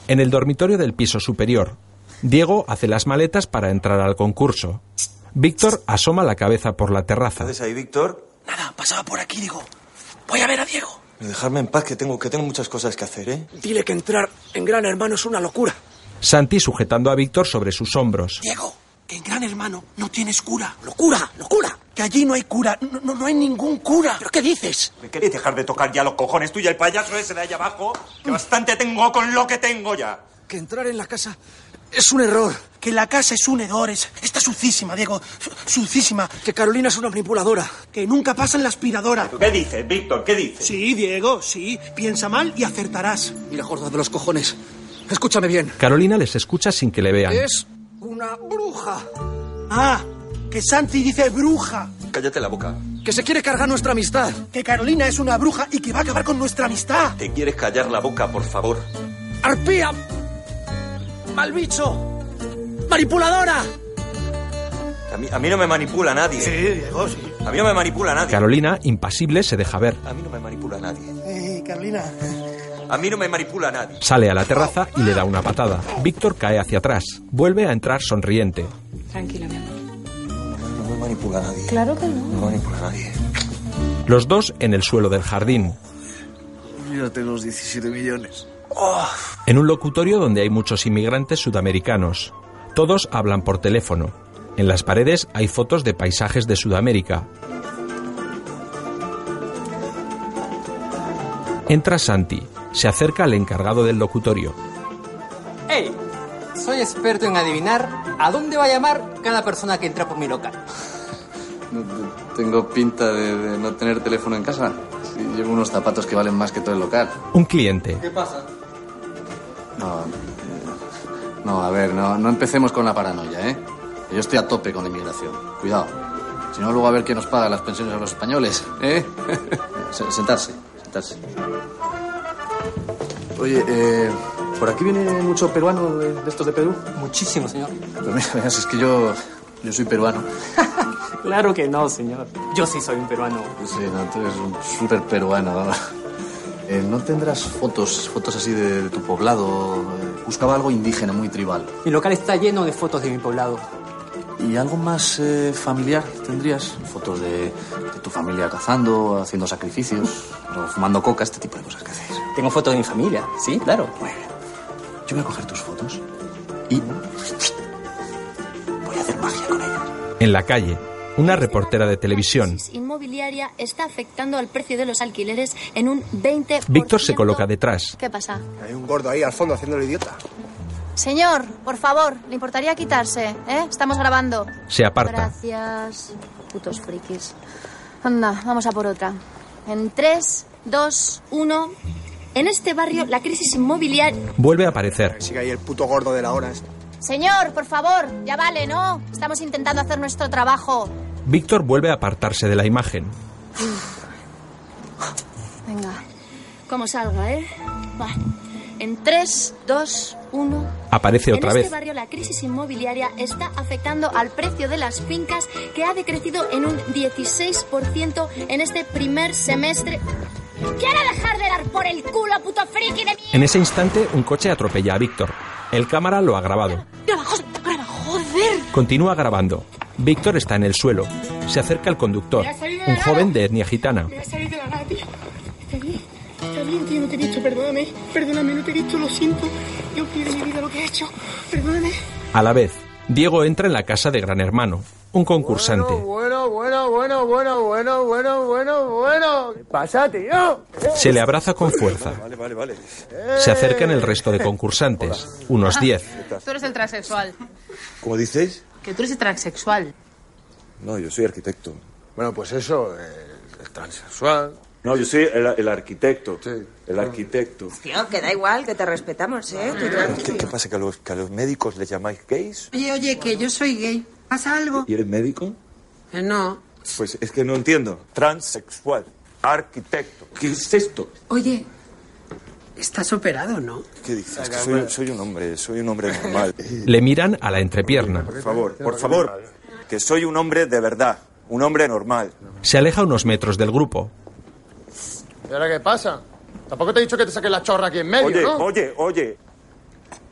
En el dormitorio del piso superior, Diego hace las maletas para entrar al concurso. Víctor asoma la cabeza por la terraza.
¿Estás ahí, Víctor?
Nada, pasaba por aquí, digo. Voy a ver a Diego.
Dejarme en paz, que tengo, que tengo muchas cosas que hacer, ¿eh?
Dile que entrar en Gran Hermano es una locura.
Santi sujetando a Víctor sobre sus hombros.
Diego, que en Gran Hermano no tienes cura. ¡Locura! ¡Locura! Que allí no hay cura. No, no, no hay ningún cura. ¿Pero qué dices?
¿Me queréis dejar de tocar ya los cojones tú y el payaso ese de allá abajo? Que bastante tengo con lo que tengo ya.
Que entrar en la casa es un error. Que la casa es un error. es- está sucísima, Diego. su- Sucísima. Que Carolina es una manipuladora. Que nunca pasa en la aspiradora.
¿Qué dices, Víctor? ¿Qué dices?
Sí, Diego, sí. Piensa mal y acertarás. Mira, gorda de los cojones. Escúchame bien.
Carolina les escucha sin que le vean.
Es
Una bruja.
Ah, que Santi dice bruja.
Cállate la boca.
Que se quiere cargar nuestra amistad.
Que Carolina es una bruja y que va a acabar con nuestra amistad.
¿Te quieres callar la boca, por favor?
¡Arpía! ¡Mal bicho! ¡Manipuladora!
A mí, a mí no me manipula nadie. Sí, Diego, sí. A mí no me manipula nadie.
Carolina, impasible, se deja ver.
A mí no me manipula nadie.
Eh, Carolina.
A mí no me manipula nadie.
Sale a la terraza y le da una patada. Víctor cae hacia atrás. Vuelve a entrar sonriente.
Tranquila, mi amor.
No me manipula nadie.
Claro que
No me manipula nadie.
Los dos en el suelo del jardín.
Mírate los 17 millones. Oh.
En un locutorio donde hay muchos inmigrantes sudamericanos. Todos hablan por teléfono. En las paredes hay fotos de paisajes de Sudamérica. Entra Santi. Se acerca al encargado del locutorio.
¡Hey! Soy experto en adivinar a dónde va a llamar cada persona que entra por mi local.
Tengo pinta de, de no tener teléfono en casa. Sí, llevo unos zapatos que valen más que todo el local.
Un cliente.
¿Qué pasa?
No, eh, no, a ver, no, no empecemos con la paranoia, ¿eh? Yo estoy a tope con la inmigración. Cuidado. Si no, luego a ver quién nos paga las pensiones a los españoles, ¿eh? Se- sentarse, sentarse. Oye, eh, ¿por aquí viene mucho peruano de, de estos de Perú?
Muchísimo, señor.
Pues mira, verás, es que yo, yo soy peruano.
Claro que no, señor. Yo sí soy un peruano.
Sí, no, tú eres un súper peruano, vamos. Eh, ¿No tendrás fotos, fotos así de, de tu poblado? Eh, Buscaba algo indígena, muy tribal.
Mi local está lleno de fotos de mi poblado.
¿Y algo más eh, familiar tendrías? Fotos de, de tu familia cazando, haciendo sacrificios, o fumando coca, este tipo de cosas que haces.
Tengo fotos de mi familia, sí, claro.
Yo voy a coger tus fotos y voy a hacer magia con ellas.
En la calle. Una reportera de televisión.
inmobiliaria está afectando al precio de los alquileres en un 20%.
Víctor se coloca detrás.
¿Qué pasa?
Hay un gordo ahí al fondo haciendo el idiota.
Señor, por favor, le importaría quitarse, ¿eh? Estamos grabando.
Se aparta.
Gracias, putos frikis. Anda, vamos a por otra. En 3, 2, 1. En este barrio la crisis inmobiliaria...
Vuelve a aparecer.
Sigue ahí el puto gordo de la hora. este.
Señor, por favor, ya vale, ¿no? Estamos intentando hacer nuestro trabajo.
Víctor vuelve a apartarse de la imagen.
Venga. Como salga, ¿eh? Va. En 3, 2, 1.
Aparece otra
en
vez.
este barrio la crisis inmobiliaria está afectando al precio de las fincas que ha decrecido en un 16% en este primer semestre. Quiero dejar de dar por el culo, puto friki de mí.
En ese instante, un coche atropella a Víctor. El cámara lo ha grabado.
Joder.
Continúa grabando. Víctor está en el suelo. Se acerca el conductor, un joven de etnia gitana.
Me ha salido la gana, tío.
Carlín, Carlín, tío, no te he dicho, perdóname. Perdóname, no te he dicho, lo siento. Yo pido mi vida lo que he hecho. Perdóname.
A la vez, Diego entra en la casa de Gran Hermano, un concursante.
Bueno, bueno, bueno, bueno, bueno, bueno, bueno, bueno. ¿Qué pasa, tío?
Se le abraza con fuerza.
Vale, vale, vale.
Se acercan el resto de concursantes, unos 10.
Ah. Tú eres el transexual.
¿Cómo dices?
Que tú eres transexual.
No, yo soy arquitecto.
Bueno, pues eso, eh, el transexual.
No, yo soy el, el arquitecto. El arquitecto.
Tío, que da igual, que te respetamos, ¿eh? Tú tranqui.
¿Qué, qué pasa? ¿Que a, los, que a los médicos les llamáis gays?
Oye, oye, que yo soy gay. ¿Pasa algo?
¿Y eres médico?
Eh, No.
Pues es que no entiendo. Transsexual. Arquitecto. ¿Qué es esto?
Oye, estás operado, ¿no?
¿Qué dices? Es que soy, soy un hombre, soy un hombre normal.
Le miran a la entrepierna.
Por favor, por favor. Que soy un hombre de verdad. Un hombre normal.
Se aleja unos metros del grupo.
¿Y ahora qué pasa? Tampoco te he dicho que te saques la chorra aquí en medio,
Oye,
¿no?
oye, oye.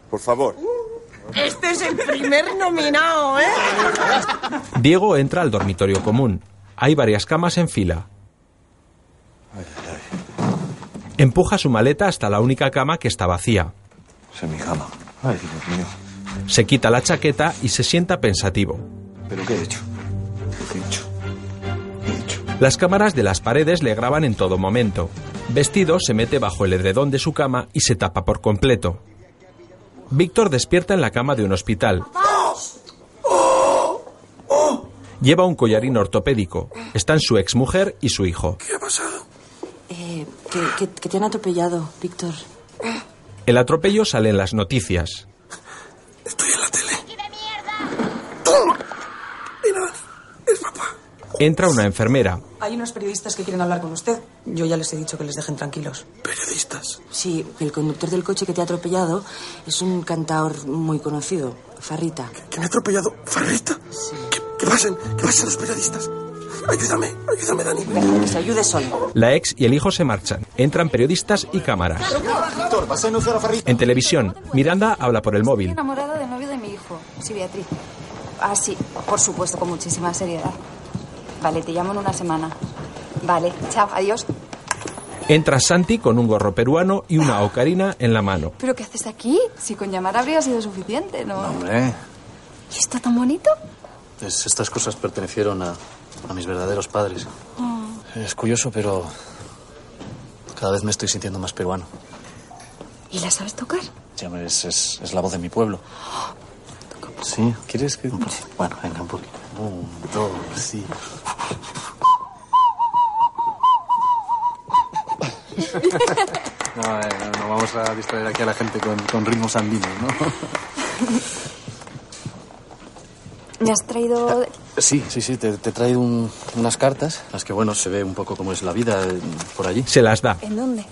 Por favor.
Este es el primer nominado, ¿eh?
Diego entra al dormitorio común. Hay varias camas en fila. Empuja su maleta hasta la única cama que está vacía.
Esa es mi cama. Ay, Dios mío.
Se quita la chaqueta y se sienta pensativo.
¿Pero qué he hecho? ¿Qué he hecho?
Las cámaras de las paredes le graban en todo momento. Vestido, se mete bajo el edredón de su cama y se tapa por completo. Víctor despierta en la cama de un hospital. Lleva un collarín ortopédico. Están su exmujer y su hijo.
¿Qué ha pasado?
Eh,
que, que- que te han atropellado, Víctor.
El atropello sale en las noticias.
¡Toma! Mira, Dani, es papá.
Entra una enfermera.
Hay unos periodistas que quieren hablar con usted. Yo ya les he dicho que les dejen tranquilos. ¿Periodistas? Sí, el conductor del coche que te ha atropellado es un cantaor muy conocido, Farrita.
¿Que me ha atropellado Farrita? Que pasen, que pasen los periodistas. Ayúdame, ayúdame, Dani.
Deja que se ayude solo.
La ex y el hijo se marchan. Entran periodistas y cámaras.
Víctor, vas a denunciar a Farrita.
En televisión, Miranda habla por el
Estoy
móvil.
enamorada del novio de mi hijo, sí, Beatriz. Ah, sí, por supuesto, con muchísima seriedad. Vale, te llamo en una semana. Vale, chao, adiós.
Entra Santi con un gorro peruano y una ocarina en la mano.
¿Pero qué haces aquí? Si con llamar habría sido suficiente, ¿no?
Hombre,
¿Y esto tan bonito?
es- estas cosas pertenecieron a, a mis verdaderos padres.
Mm.
Es curioso, pero cada vez me estoy sintiendo más peruano.
¿Y la sabes tocar?
Ya me ves, es, es la voz de mi pueblo. Sí, ¿quieres que...? Bueno, venga, un poquito. Un, dos, sí. No, eh, no, no vamos a distraer aquí a la gente con, con ritmos andinos, ¿no?
Me has traído...
Sí, sí, sí, te, te he traído un- unas cartas, las que, bueno, se ve un poco cómo es la vida eh, por allí.
Se las da.
¿En dónde?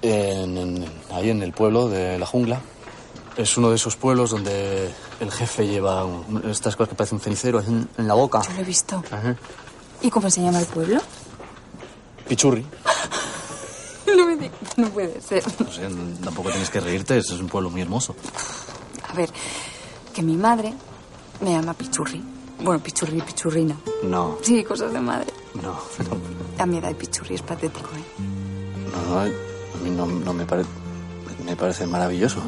En- en- ahí en el pueblo de la jungla. Es uno de esos pueblos donde el jefe lleva un- estas cosas que parece un cenicero así en, en la boca.
Yo lo he visto.
Ajá.
¿Y cómo se llama el pueblo?
Pichurri.
No, me di- no puede ser.
No sé, n- tampoco tienes que reírte, es un pueblo muy hermoso.
A ver, que mi madre me llama Pichurri. Bueno, Pichurri, Pichurrina.
No,
Sí, cosas de madre.
no,
A mi edad Pichurri es patético, ¿eh?
no, a mí no, no me parece... Me parece maravilloso.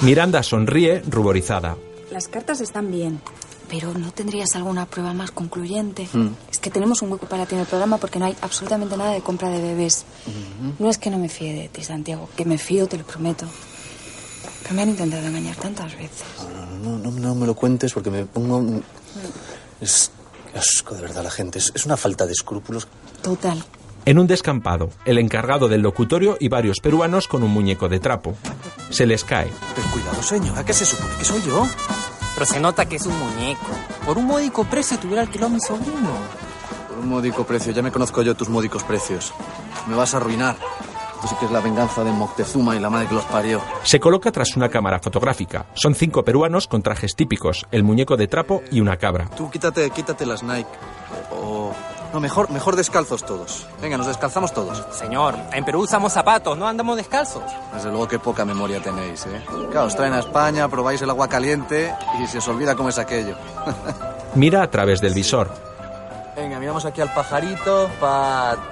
Miranda sonríe, ruborizada.
Las cartas están bien. Pero ¿no tendrías alguna prueba más concluyente?
Mm.
Es que tenemos un hueco para ti en el programa porque no hay absolutamente nada de compra de bebés. No es que no me fíe de ti, Santiago, que me fío, te lo prometo. Pero me han intentado engañar tantas veces.
No, no, no, no me lo cuentes porque me pongo... Es qué asco, de verdad, la gente. Es, es una falta de escrúpulos.
Total.
En un descampado, el encargado del locutorio y varios peruanos con un muñeco de trapo. Se les cae.
Pero cuidado, señora, ¿qué se supone que soy yo? Pero se nota que es un muñeco. Por un módico precio tuviera alquilado a mi sobrino.
Por un módico precio, ya me conozco yo tus módicos precios. Me vas a arruinar. Esto sí que es la venganza de Moctezuma y la madre que los parió.
Se coloca tras una cámara fotográfica. Son cinco peruanos con trajes típicos, el muñeco de trapo y una cabra.
Tú quítate, quítate las Nike. O. No, mejor, mejor descalzos todos. Venga, nos descalzamos todos.
Señor, en Perú usamos zapatos, no andamos descalzos.
Desde luego que poca memoria tenéis, ¿eh? Claro, os traen a España, probáis el agua caliente y se os olvida cómo es aquello.
Mira a través del visor.
Venga, miramos aquí al pajarito.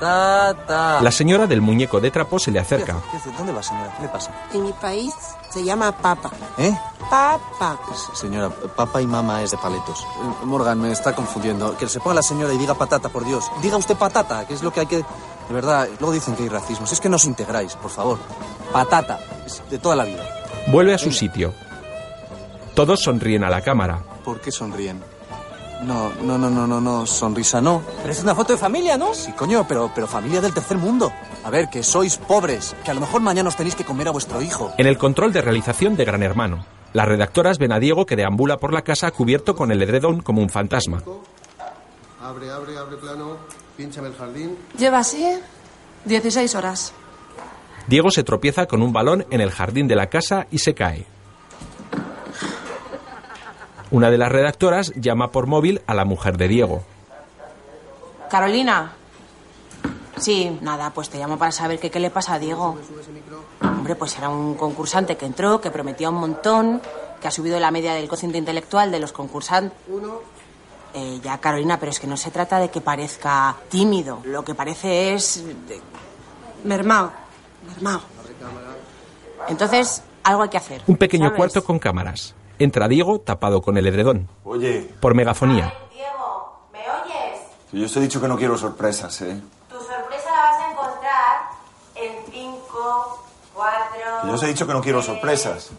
Patata.
La señora del muñeco de trapo se le acerca.
¿Qué hace? ¿Dónde va, señora? ¿Qué le pasa?
En mi país se llama papa.
¿Eh?
Papa.
Señora, papá y mamá es de paletos. Eh, Morgan, me está confundiendo. Que se ponga la señora y diga patata, por Dios. Diga usted patata, que es lo que hay que... De verdad, luego dicen que hay racismo. Si es que no os integráis, por favor. Patata. Es de toda la vida.
Vuelve a su sitio. Todos sonríen a la cámara.
¿Por qué sonríen? No, no, no, no, no, no, sonrisa no. Pero es una foto de familia, ¿no? Sí, coño, pero, pero familia del tercer mundo. A ver, que sois pobres, que a lo mejor mañana os tenéis que comer a vuestro hijo.
En el control de realización de Gran Hermano, las redactoras ven a Diego que deambula por la casa cubierto con el edredón como un fantasma.
Abre, abre, abre plano. Pínchame el jardín.
Lleva así 16 horas.
Diego se tropieza con un balón en el jardín de la casa y se cae. Una de las redactoras llama por móvil a la mujer de Diego.
Carolina. Sí, nada, pues te llamo para saber que qué le pasa a Diego. Hombre, pues era un concursante que entró, que prometía un montón, que ha subido la media del cociente intelectual de los concursantes. Eh, ya, Carolina, pero es que no se trata de que parezca tímido. Lo que parece es... eh, Mermao. Mermao. Entonces, algo hay que hacer.
Un pequeño
¿sabes?
cuarto con cámaras. Entra Diego tapado con el edredón.
Oye,
Por megafonía.
que yo os he dicho que no quiero sorpresas, ¿eh?
Tu sorpresa la vas a encontrar en 5, 4,
Que yo os he dicho que no quiero sorpresas.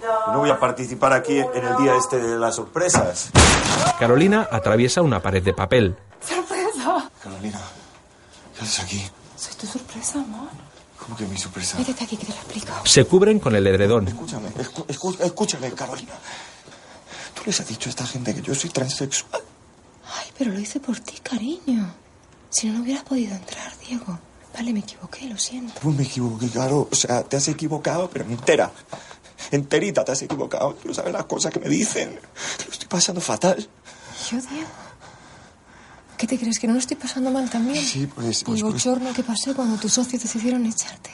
Yo no voy a participar aquí en el día este de las sorpresas.
Carolina atraviesa una pared de papel.
¡Sorpresa!
Carolina, ¿qué haces aquí?
Soy tu sorpresa, amor.
¿Cómo que mi sorpresa?
Métete aquí que te la explico.
Se cubren con el edredón.
Escúchame, escu- escu- escúchame, Carolina. Tú les has dicho a esta gente que yo soy transexual.
Pero lo hice por ti, cariño. Si no, no hubieras podido entrar, Diego. Vale, me equivoqué, lo siento.
Pues me equivoqué, claro. O sea, te has equivocado, pero entera. Enterita te has equivocado. Tú no sabes las cosas que me dicen. Lo estoy pasando fatal.
¿Yo, Diego? ¿Qué te crees? ¿Que no lo estoy pasando mal también?
Sí, pues...
Y
pues,
el
pues
bochorno que pasé cuando tus socios decidieron echarte.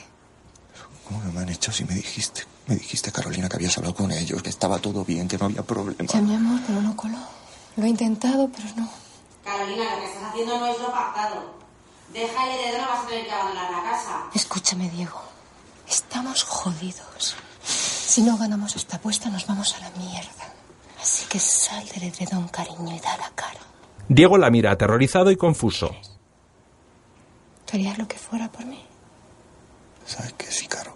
¿Cómo me han hecho si me dijiste? Me dijiste, Carolina, que habías hablado con ellos, que estaba todo bien, que no había problema.
Ya, mi amor, pero no coló. Lo he intentado, pero no.
Carolina, lo que estás haciendo no es lo pactado. Déjale de no vas a tener que abandonar la casa.
Escúchame, Diego. Estamos jodidos. Si no ganamos esta apuesta, nos vamos a la mierda. Así que sal del edredón, cariño, y da la cara.
Diego la mira aterrorizado y confuso.
¿Tú harías lo que fuera por mí?
¿Sabes qué? Sí, Caro.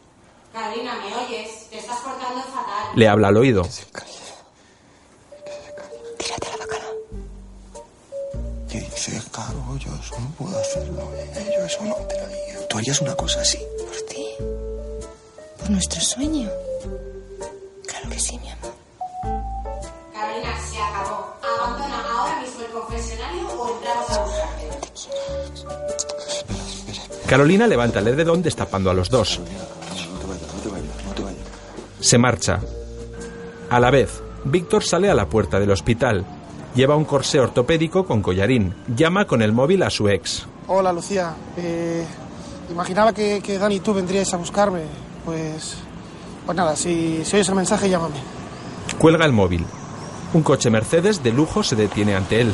Carolina, ¿me oyes? Te estás portando fatal.
Le habla al oído.
Que dice, Caro, yo eso no puedo hacerlo. eh, Yo eso no te lo haría. ¿Tú harías una cosa así?
¿Por ti? ¿Por nuestro sueño? Claro que sí, mi amor.
Carolina, se acabó. Abandona ahora mismo el confesionario o entramos a buscarte.
Carolina levanta el edredón destapando a los dos. Se marcha. A la vez, Víctor sale a la puerta del hospital. Lleva un corsé ortopédico con collarín. Llama con el móvil a su ex.
Hola, Lucía. Eh, imaginaba que, que Dani y tú vendríais a buscarme. Pues. Pues nada, si, si oyes el mensaje, llámame.
Cuelga el móvil. Un coche Mercedes de lujo se detiene ante él.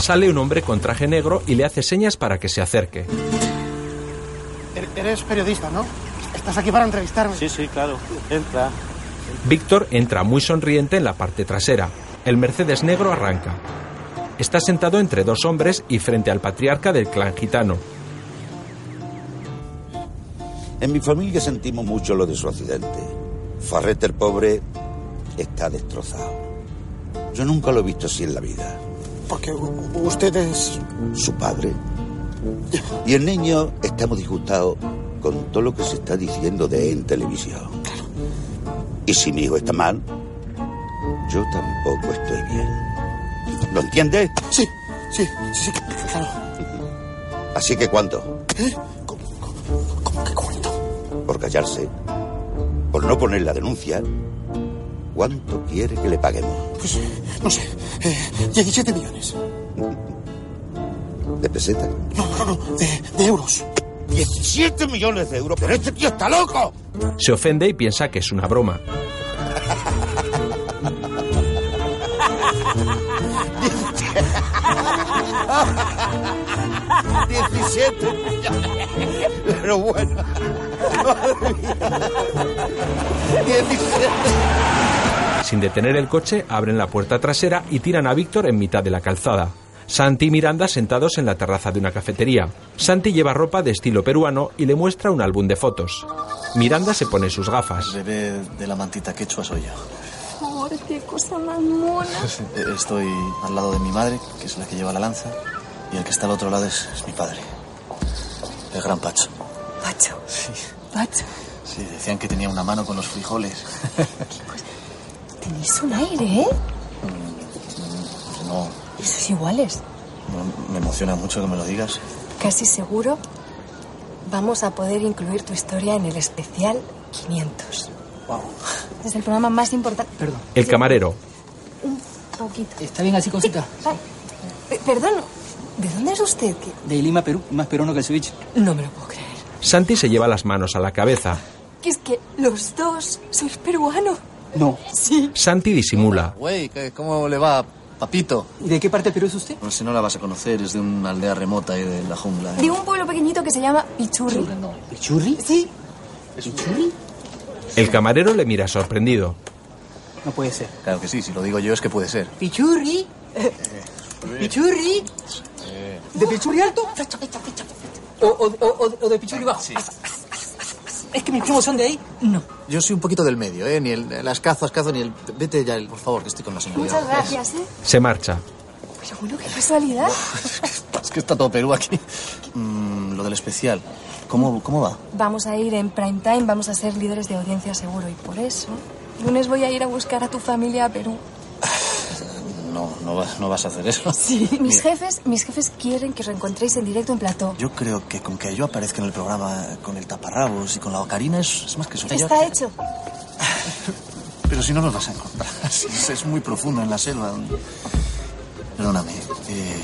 Sale un hombre con traje negro y le hace señas para que se acerque.
Er- Eres periodista, ¿no? Estás aquí para entrevistarme.
Sí, sí, claro. Entra.
Víctor entra muy sonriente en la parte trasera. El Mercedes negro arranca. Está sentado entre dos hombres y frente al patriarca del clan gitano.
En mi familia sentimos mucho lo de su accidente. Farrete el pobre está destrozado. Yo nunca lo he visto así en la vida.
Porque u- ustedes.
Su padre. Y el niño estamos disgustados con todo lo que se está diciendo de él en televisión. Y si mi hijo está mal, yo tampoco estoy bien. ¿Lo entiendes?
Sí, sí, sí, claro.
Así que ¿cuánto?
¿Eh?
Por callarse, por no poner la denuncia, ¿cuánto quiere que le paguemos?
Pues no sé. Eh, 17 millones.
¿De peseta?
No, no, no. De, de euros.
17 millones de euros. Pero este tío está loco.
Se ofende y piensa que es una broma.
17 millones. Pero bueno. Madre mía. 17.
Sin detener el coche, abren la puerta trasera y tiran a Víctor en mitad de la calzada. Santi y Miranda sentados en la terraza de una cafetería. Santi lleva ropa de estilo peruano y le muestra un álbum de fotos. Miranda se pone sus gafas.
Bebé de la mantita quechua soy yo.
Amor, qué cosa más mona.
Pues, eh, Estoy al lado de mi madre, que es la que lleva la lanza, y el que está al otro lado es, es mi padre, el gran Pacho.
Pacho.
Sí,
Pacho.
sí, decían que tenía una mano con los frijoles.
Tenéis un aire, ¿eh?
No,
Y sois iguales.
no, me emociona mucho que me lo digas.
Casi seguro vamos a poder incluir tu historia en el especial 500.
Wow.
Desde el programa más importante.
Perdón.
El camarero.
Poquito.
¿Está bien así, cosita?
Perdón.
¿De dónde es usted? ¿Qué-
De Lima, Perú. Más peruano que el ceviche.
No me lo puedo
Santi se lleva las manos a la cabeza.
Que es que los dos sois peruanos.
No. Santi disimula.
Güey, ¿qué- ¿cómo le va, papito? ¿Y de qué parte de Perú es usted? si no la vas a conocer, es de una aldea remota y de la jungla. ¿eh?
De un pueblo pequeñito que se llama Pichurri.
¿Churri?
Sí.
¿Churri?
El camarero le mira sorprendido.
No puede ser.
Claro que sí, si lo digo yo es que puede ser.
¿Pichurri?
Eh,
¿Pichurri? ¿De Pichurri alto? ¿O, o- o- o de Pichurri bajo? Es que mis primos son de ahí. No.
Yo soy un poquito del medio, ¿eh? Ni el- las cazas, cazo, ni el... Vete ya, el- por favor, que estoy con la señora.
Muchas gracias, ¿eh?
Se marcha.
Pero bueno, qué casualidad.
Es que está todo Perú aquí. Mm, lo del especial. ¿Cómo, ¿Cómo va?
Vamos a ir en prime time, vamos a ser líderes de audiencia seguro. Y por eso, lunes voy a ir a buscar a tu familia a Perú.
no, no, va- no vas a hacer eso.
Mis
Mira,
jefes, mis jefes quieren que os reencontréis en directo en plató.
Yo creo que con que yo aparezca en el programa con el taparrabos y con la ocarina es, es más que suficiente.
Está hecho.
Pero si no nos vas a encontrar. Si Es, es muy profundo en la selva. Perdóname. eh,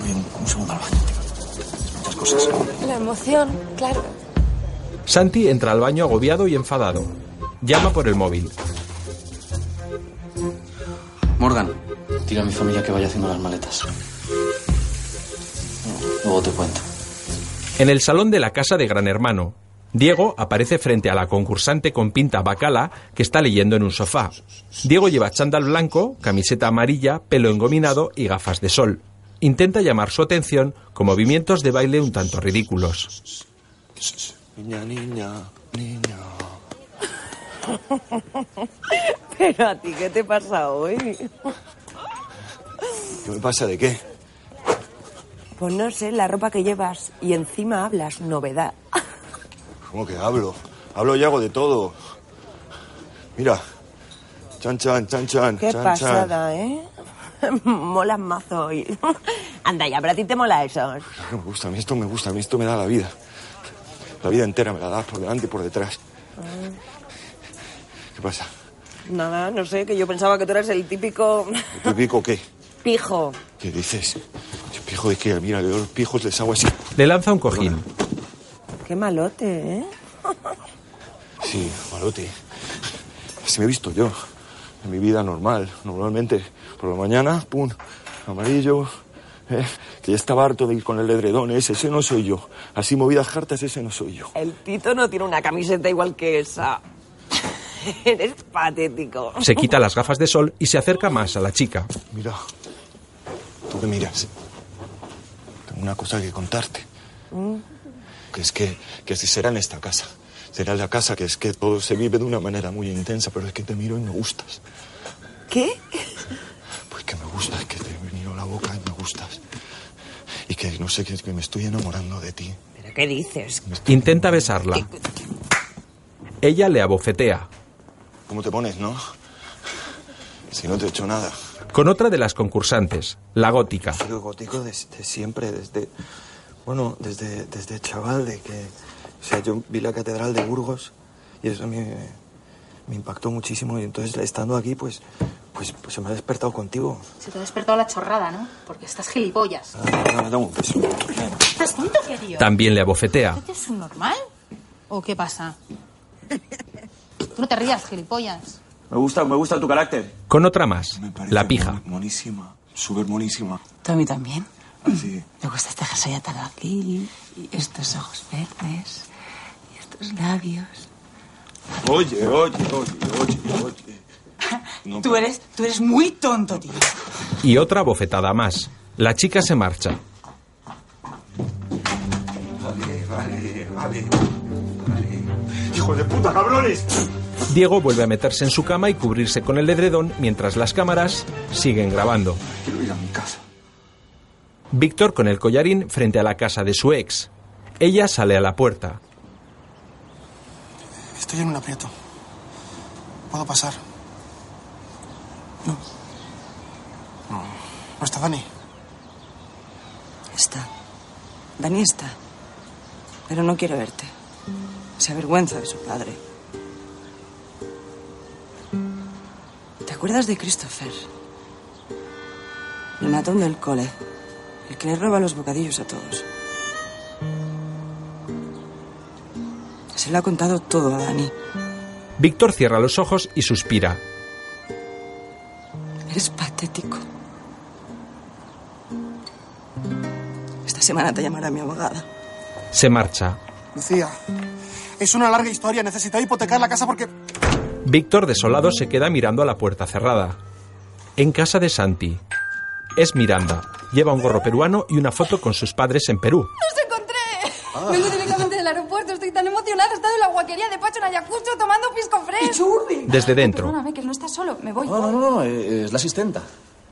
voy un, un segundo al baño. Muchas cosas.
La emoción, claro.
Santi entra al baño agobiado y enfadado. Llama por el móvil.
Morgan, tira a mi familia que vaya haciendo las maletas. Luego te cuento.
En el salón de la casa de Gran Hermano, Diego aparece frente a la concursante con pinta bacala que está leyendo en un sofá. Diego lleva chándal blanco, camiseta amarilla, pelo engominado y gafas de sol. Intenta llamar su atención con movimientos de baile un tanto ridículos.
Niña, niña, niña.
Pero a ti, ¿qué te pasa hoy?
¿Qué me pasa de qué?
Pues no sé, la ropa que llevas y encima hablas, novedad.
¿Cómo que hablo? Hablo y hago de todo. Mira. Chan, chan, chan, chan.
Qué
chan, chan.
pasada, ¿eh? Molas mazo hoy. Anda ya, pero a ti te mola eso.
No me gusta, a mí esto me gusta, a mí esto me da la vida. La vida entera me la das por delante y por detrás. ¿Qué pasa?
Nada, no sé, que yo pensaba que tú eras el típico
¿Te pico qué?
pijo.
¿Qué dices? ¿Pijo de qué? Mira, yo a los pijos les hago así.
Le lanza un cojín.
Qué malote, ¿eh?
Sí, malote. Así me he visto yo. En mi vida normal. Normalmente, por la mañana, pum, amarillo. eh, que ya estaba harto de ir con el edredón ese. Ese no soy yo. Así movidas cartas, ese no soy yo.
El Tito no tiene una camiseta igual que esa. Eres patético.
Se quita las gafas de sol y se acerca más a la chica.
Mira, tú que miras. Tengo una cosa que contarte.
Mm.
Que es que, que así será en esta casa. Será en la casa que es que todo se vive de una manera muy intensa, pero es que te miro y me gustas.
¿Qué?
Pues que me gustas, que te miro la boca y me gustas. Y que no sé, que, que me estoy enamorando de ti.
¿Pero qué dices?
Intenta besarla. Ella le abofetea.
¿Cómo te pones, no? Si no te he hecho nada.
Con otra de las concursantes, la gótica.
Lo gótico desde siempre, desde. Bueno, desde, desde chaval, de que. O sea, yo vi la catedral de Burgos y eso a mí me, me impactó muchísimo. Y entonces, estando aquí, pues, pues, pues se me ha despertado contigo.
Se te ha despertado la chorrada, ¿no? Porque estás gilipollas.
Ah.
Dame, dame un beso.
¿Estás tonto, qué tío?
También le abofetea.
¿Tú eres un normal? ¿O qué pasa? Tú no te rías, gilipollas.
Me gusta, me gusta tu carácter.
Con otra más, la pija.
Monísima, súper monísima.
¿Tú a mí también?
Ah,
Así.
Me gusta este jersey atado aquí, y estos ojos verdes, y estos labios.
Oye, oye, oye, oye, oye.
tú, eres, tú eres muy tonto, tío.
Y otra bofetada más. La chica se marcha.
Vale, vale, vale. ¡Hijo de puta, cabrones!
Diego vuelve a meterse en su cama y cubrirse con el edredón mientras las cámaras siguen grabando.
Quiero ir a mi casa.
Víctor con el collarín frente a la casa de su ex. Ella sale a la puerta.
Estoy en un aprieto. Puedo pasar. No. No está Dani.
Está. Dani está. Pero no quiere verte. Se avergüenza de su padre. ¿Te acuerdas de Christopher? El matón del cole. El que le roba los bocadillos a todos. Se lo ha contado todo a Dani.
Víctor cierra los ojos y suspira.
Eres patético. Esta semana te llamará mi abogada.
Se marcha.
Lucía, es una larga historia. Necesito hipotecar la casa porque...
Víctor desolado se queda mirando a la puerta cerrada. En casa de Santi. Es Miranda. Lleva un gorro peruano y una foto con sus padres en Perú.
¡Los encontré!
Ah.
Vengo directamente del aeropuerto, estoy tan emocionada. He estado en la guaquería de Pacho en Ayacucho tomando pisco fresh. ¡Pichurri!
Desde dentro.
Perdóname, que no estás solo, me voy.
No, no, no, no, eh, es la asistenta.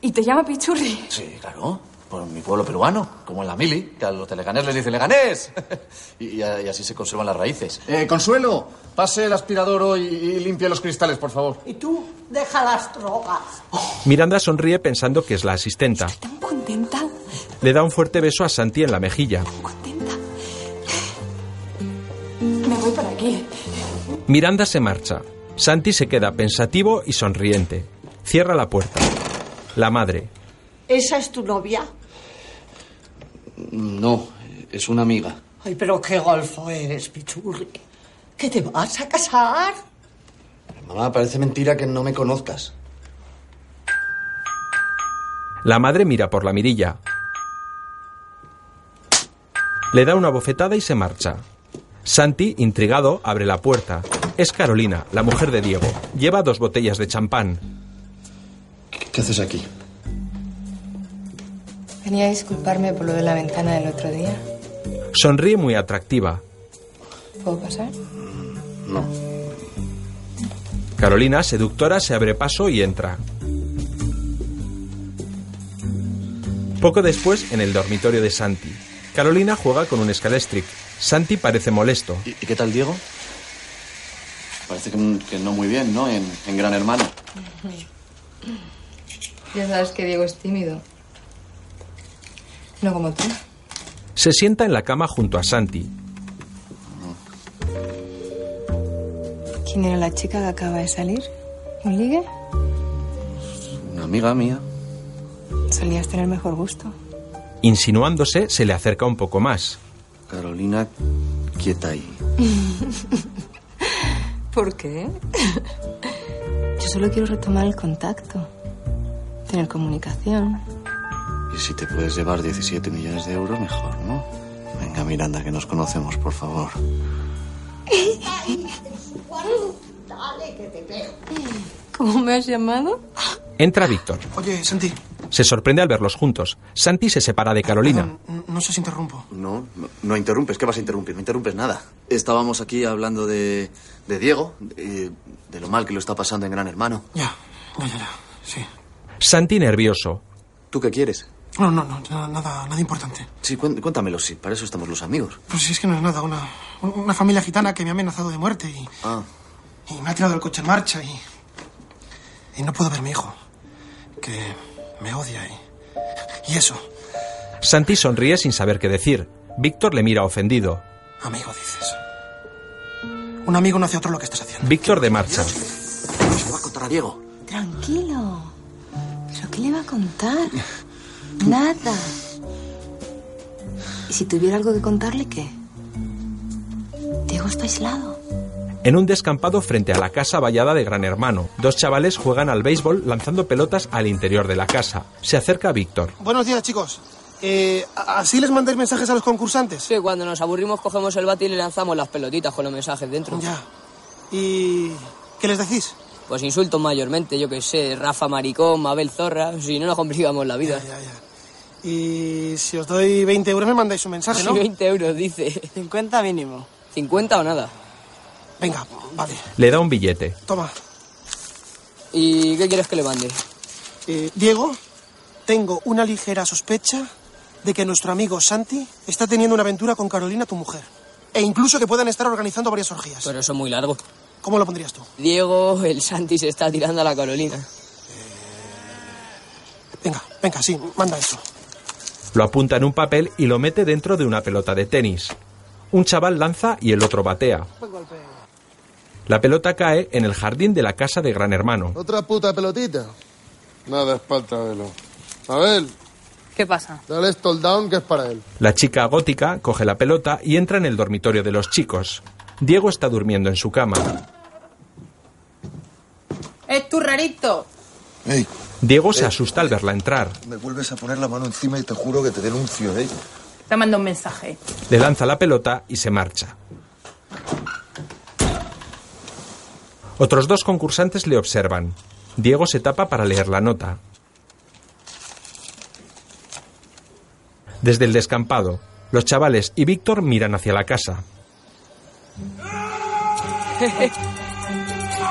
Y te llama Pichurri.
Sí, claro. por mi pueblo peruano, como en la mili, que a los de Leganés les dice Leganés. y, y a- y así se conservan las raíces. Eh, Consuelo, pase el aspirador hoy y limpie los cristales, por favor.
Y tú, deja las drogas.
Miranda sonríe pensando que es la asistenta.
Contenta.
Le da un fuerte beso a Santi en la mejilla.
Me voy por aquí.
Miranda se marcha. Santi se queda pensativo y sonriente. Cierra la puerta. La madre.
¿Esa es tu novia?
No, Eh, es una amiga.
Ay, pero qué golfo eres, Pichurri. ¿Que te vas a casar?
Mamá, parece mentira que no me conozcas.
La madre mira por la mirilla. Le da una bofetada y se marcha. Santi, intrigado, abre la puerta. Es Carolina, la mujer de Diego. Lleva dos botellas de champán.
¿Qué haces aquí?
Venía a disculparme por lo de la ventana del otro día.
Sonríe muy atractiva.
¿Puedo pasar?
Carolina, seductora, se abre paso y entra. Poco después, en el dormitorio de Santi, Carolina juega con un escalestric. Santi parece molesto.
¿Y, qué tal Diego? Parece que, que no muy bien, ¿no? En, en Gran Hermano.
Ya sabes que Diego es tímido. No como tú.
Se sienta en la cama junto a Santi.
¿Quién era la chica que acaba de salir? ¿Un ligue?
Una amiga mía.
Solías tener mejor gusto.
Insinuándose, se le acerca un poco más.
Carolina, quieta ahí.
¿Por qué? Yo solo quiero retomar el contacto. Tener comunicación.
Y si te puedes llevar 17 millones de euros, mejor, ¿no? Venga, Miranda, que nos conocemos, por favor.
Dale, que te pego.
¿Cómo me has llamado?
Entra Víctor.
Oye, Santi,
Se sorprende al verlos juntos. Santi se separa de Carolina.
no sé si interrumpo.
No, no, no interrumpes. ¿Qué vas a interrumpir? No interrumpes nada. Estábamos aquí hablando de, de Diego, de, de lo mal que lo está pasando en Gran Hermano.
Santi nervioso.
¿Tú qué quieres?
No, no, no, no, nada, nada importante.
Sí, cuen- cuéntamelo, sí. Para eso estamos los amigos.
Pues si es que no es nada, una, una familia gitana que me ha amenazado de muerte y,
Ah,
y me ha tirado el coche en marcha y. Y no puedo ver a mi hijo. Que me odia ¿eh? y. Y eso,
Santi sonríe sin saber qué decir. Víctor le mira ofendido.
amigo, dices. Un amigo no hace otro lo que estás haciendo.
Víctor de marcha.
se va a contar a Diego.
Tranquilo. ¿Pero qué le va a contar? Nada. ¿Y si tuviera algo que contarle, qué? Diego está aislado.
En un descampado frente a la casa vallada de Gran Hermano, dos chavales juegan al béisbol lanzando pelotas al interior de la casa. Se acerca Víctor.
Buenos días, chicos. Eh, ¿a- ¿Así les mandáis mensajes a los concursantes?
Sí, cuando nos aburrimos cogemos el bate y le lanzamos las pelotitas con los mensajes dentro.
Ya. ¿Y qué les decís?
Pues insultos mayormente, yo que sé, Rafa Maricón, Mabel Zorra, si no nos complicamos la vida.
Y si os doy 20 euros me mandáis un mensaje,
Sí,
¿no?
20 euros, dice. 50 mínimo. 50 o nada.
Venga, vale.
Le da un billete.
Toma.
¿Y qué quieres que le mande?
Eh, Diego, tengo una ligera sospecha de que nuestro amigo Santi está teniendo una aventura con Carolina, tu mujer. E incluso que puedan estar organizando varias orgías.
Pero eso es muy largo.
¿Cómo lo pondrías tú?
Diego, el Santi se está tirando a la Carolina.
Venga, sí, manda esto.
Lo apunta en un papel y lo mete dentro de una pelota de tenis. Un chaval lanza y el otro batea. La pelota cae en el jardín de la casa de Gran Hermano.
¿Otra puta pelotita? Nada, espártamelo. Abel.
¿Qué pasa?
Dale esto el down que es para él.
La chica gótica coge la pelota y entra en el dormitorio de los chicos. Diego está durmiendo en su cama.
¡Es tu rarito!
Diego se asusta al verla entrar.
Me vuelves a poner la mano encima y te juro que te denuncio, ¿eh?
Te mando un mensaje.
Le lanza la pelota y se marcha. Otros dos concursantes le observan. Diego se tapa para leer la nota. Desde el descampado, los chavales y Víctor miran hacia la casa.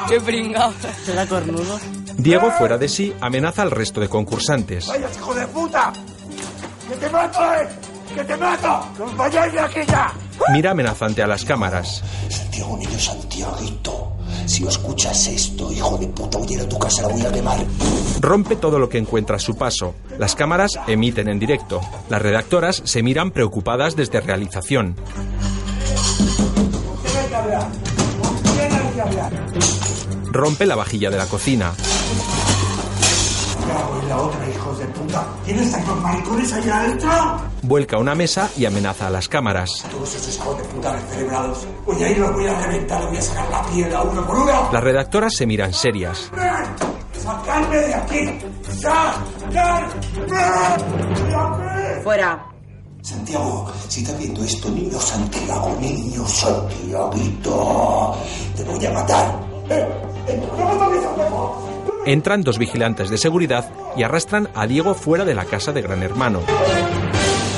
¡Qué pringao! ¿Te da cornudo?
Diego, fuera de sí, amenaza al resto de concursantes.
hijo de puta!
¡Que te mato, eh! ¡Que te mato! ¡Que os vayáis de aquí ya!
Mira amenazante a las cámaras.
Santiago Niño, Santiaguito, si escuchas esto, hijo de puta, voy a ir a tu casa, la voy a quemar.
Rompe todo lo que encuentra a su paso. Las cámaras emiten en directo. Las redactoras se miran preocupadas desde realización.
¿Con quién hay que hablar? ¿Con quién hay que hablar?
Rompe la vajilla de la cocina.
Ya voy la otra, hijos de puta. ¿Tienes a los maricones allá adentro?
Vuelca una mesa y amenaza a las cámaras.
Todos esos hijos de puta descerebrados. Voy a ir, los voy a reventar, les voy a sacar la piel a uno por uno.
Las redactoras se miran serias.
¡Sacadme de aquí! ¡Sacadme de aquí! Fuera.
Santiago, si estás viendo esto, niño Santiago, niño Santiaguito, te voy a matar.
Eh,
Entran dos vigilantes de seguridad y arrastran a Diego fuera de la casa de Gran Hermano.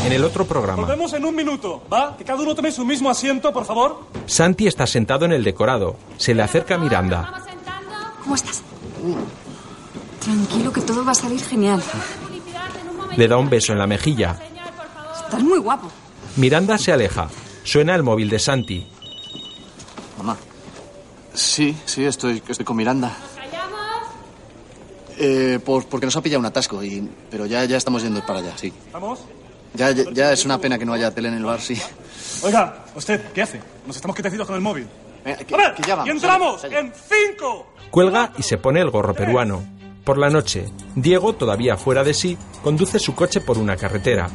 En el otro
Nos
programa,
vemos en un minuto, ¿va? Que cada uno tome su mismo asiento, por favor.
Santi está sentado en el decorado. Se le acerca Miranda.
¿Cómo estás? Tranquilo, que todo va a salir genial.
Le da un beso en la mejilla.
Estás muy guapo.
Miranda se aleja. Suena el móvil de Santi.
Mamá. Sí, sí, estoy, estoy con Miranda. Eh, por- porque nos ha pillado un atasco, y, pero ya, ya estamos yendo para allá, sí.
¿Estamos?
Ya, ya, ya es una pena que no haya tele en el bar, sí.
Oiga, usted, ¿qué hace? Nos estamos quietecitos con el móvil.
Eh, que-
¡A ver!
que ya vamos,
¡Y entramos! ¡En cinco!
Cuelga y se pone el gorro peruano. Por la noche, Diego, todavía fuera de sí, conduce su coche por una carretera.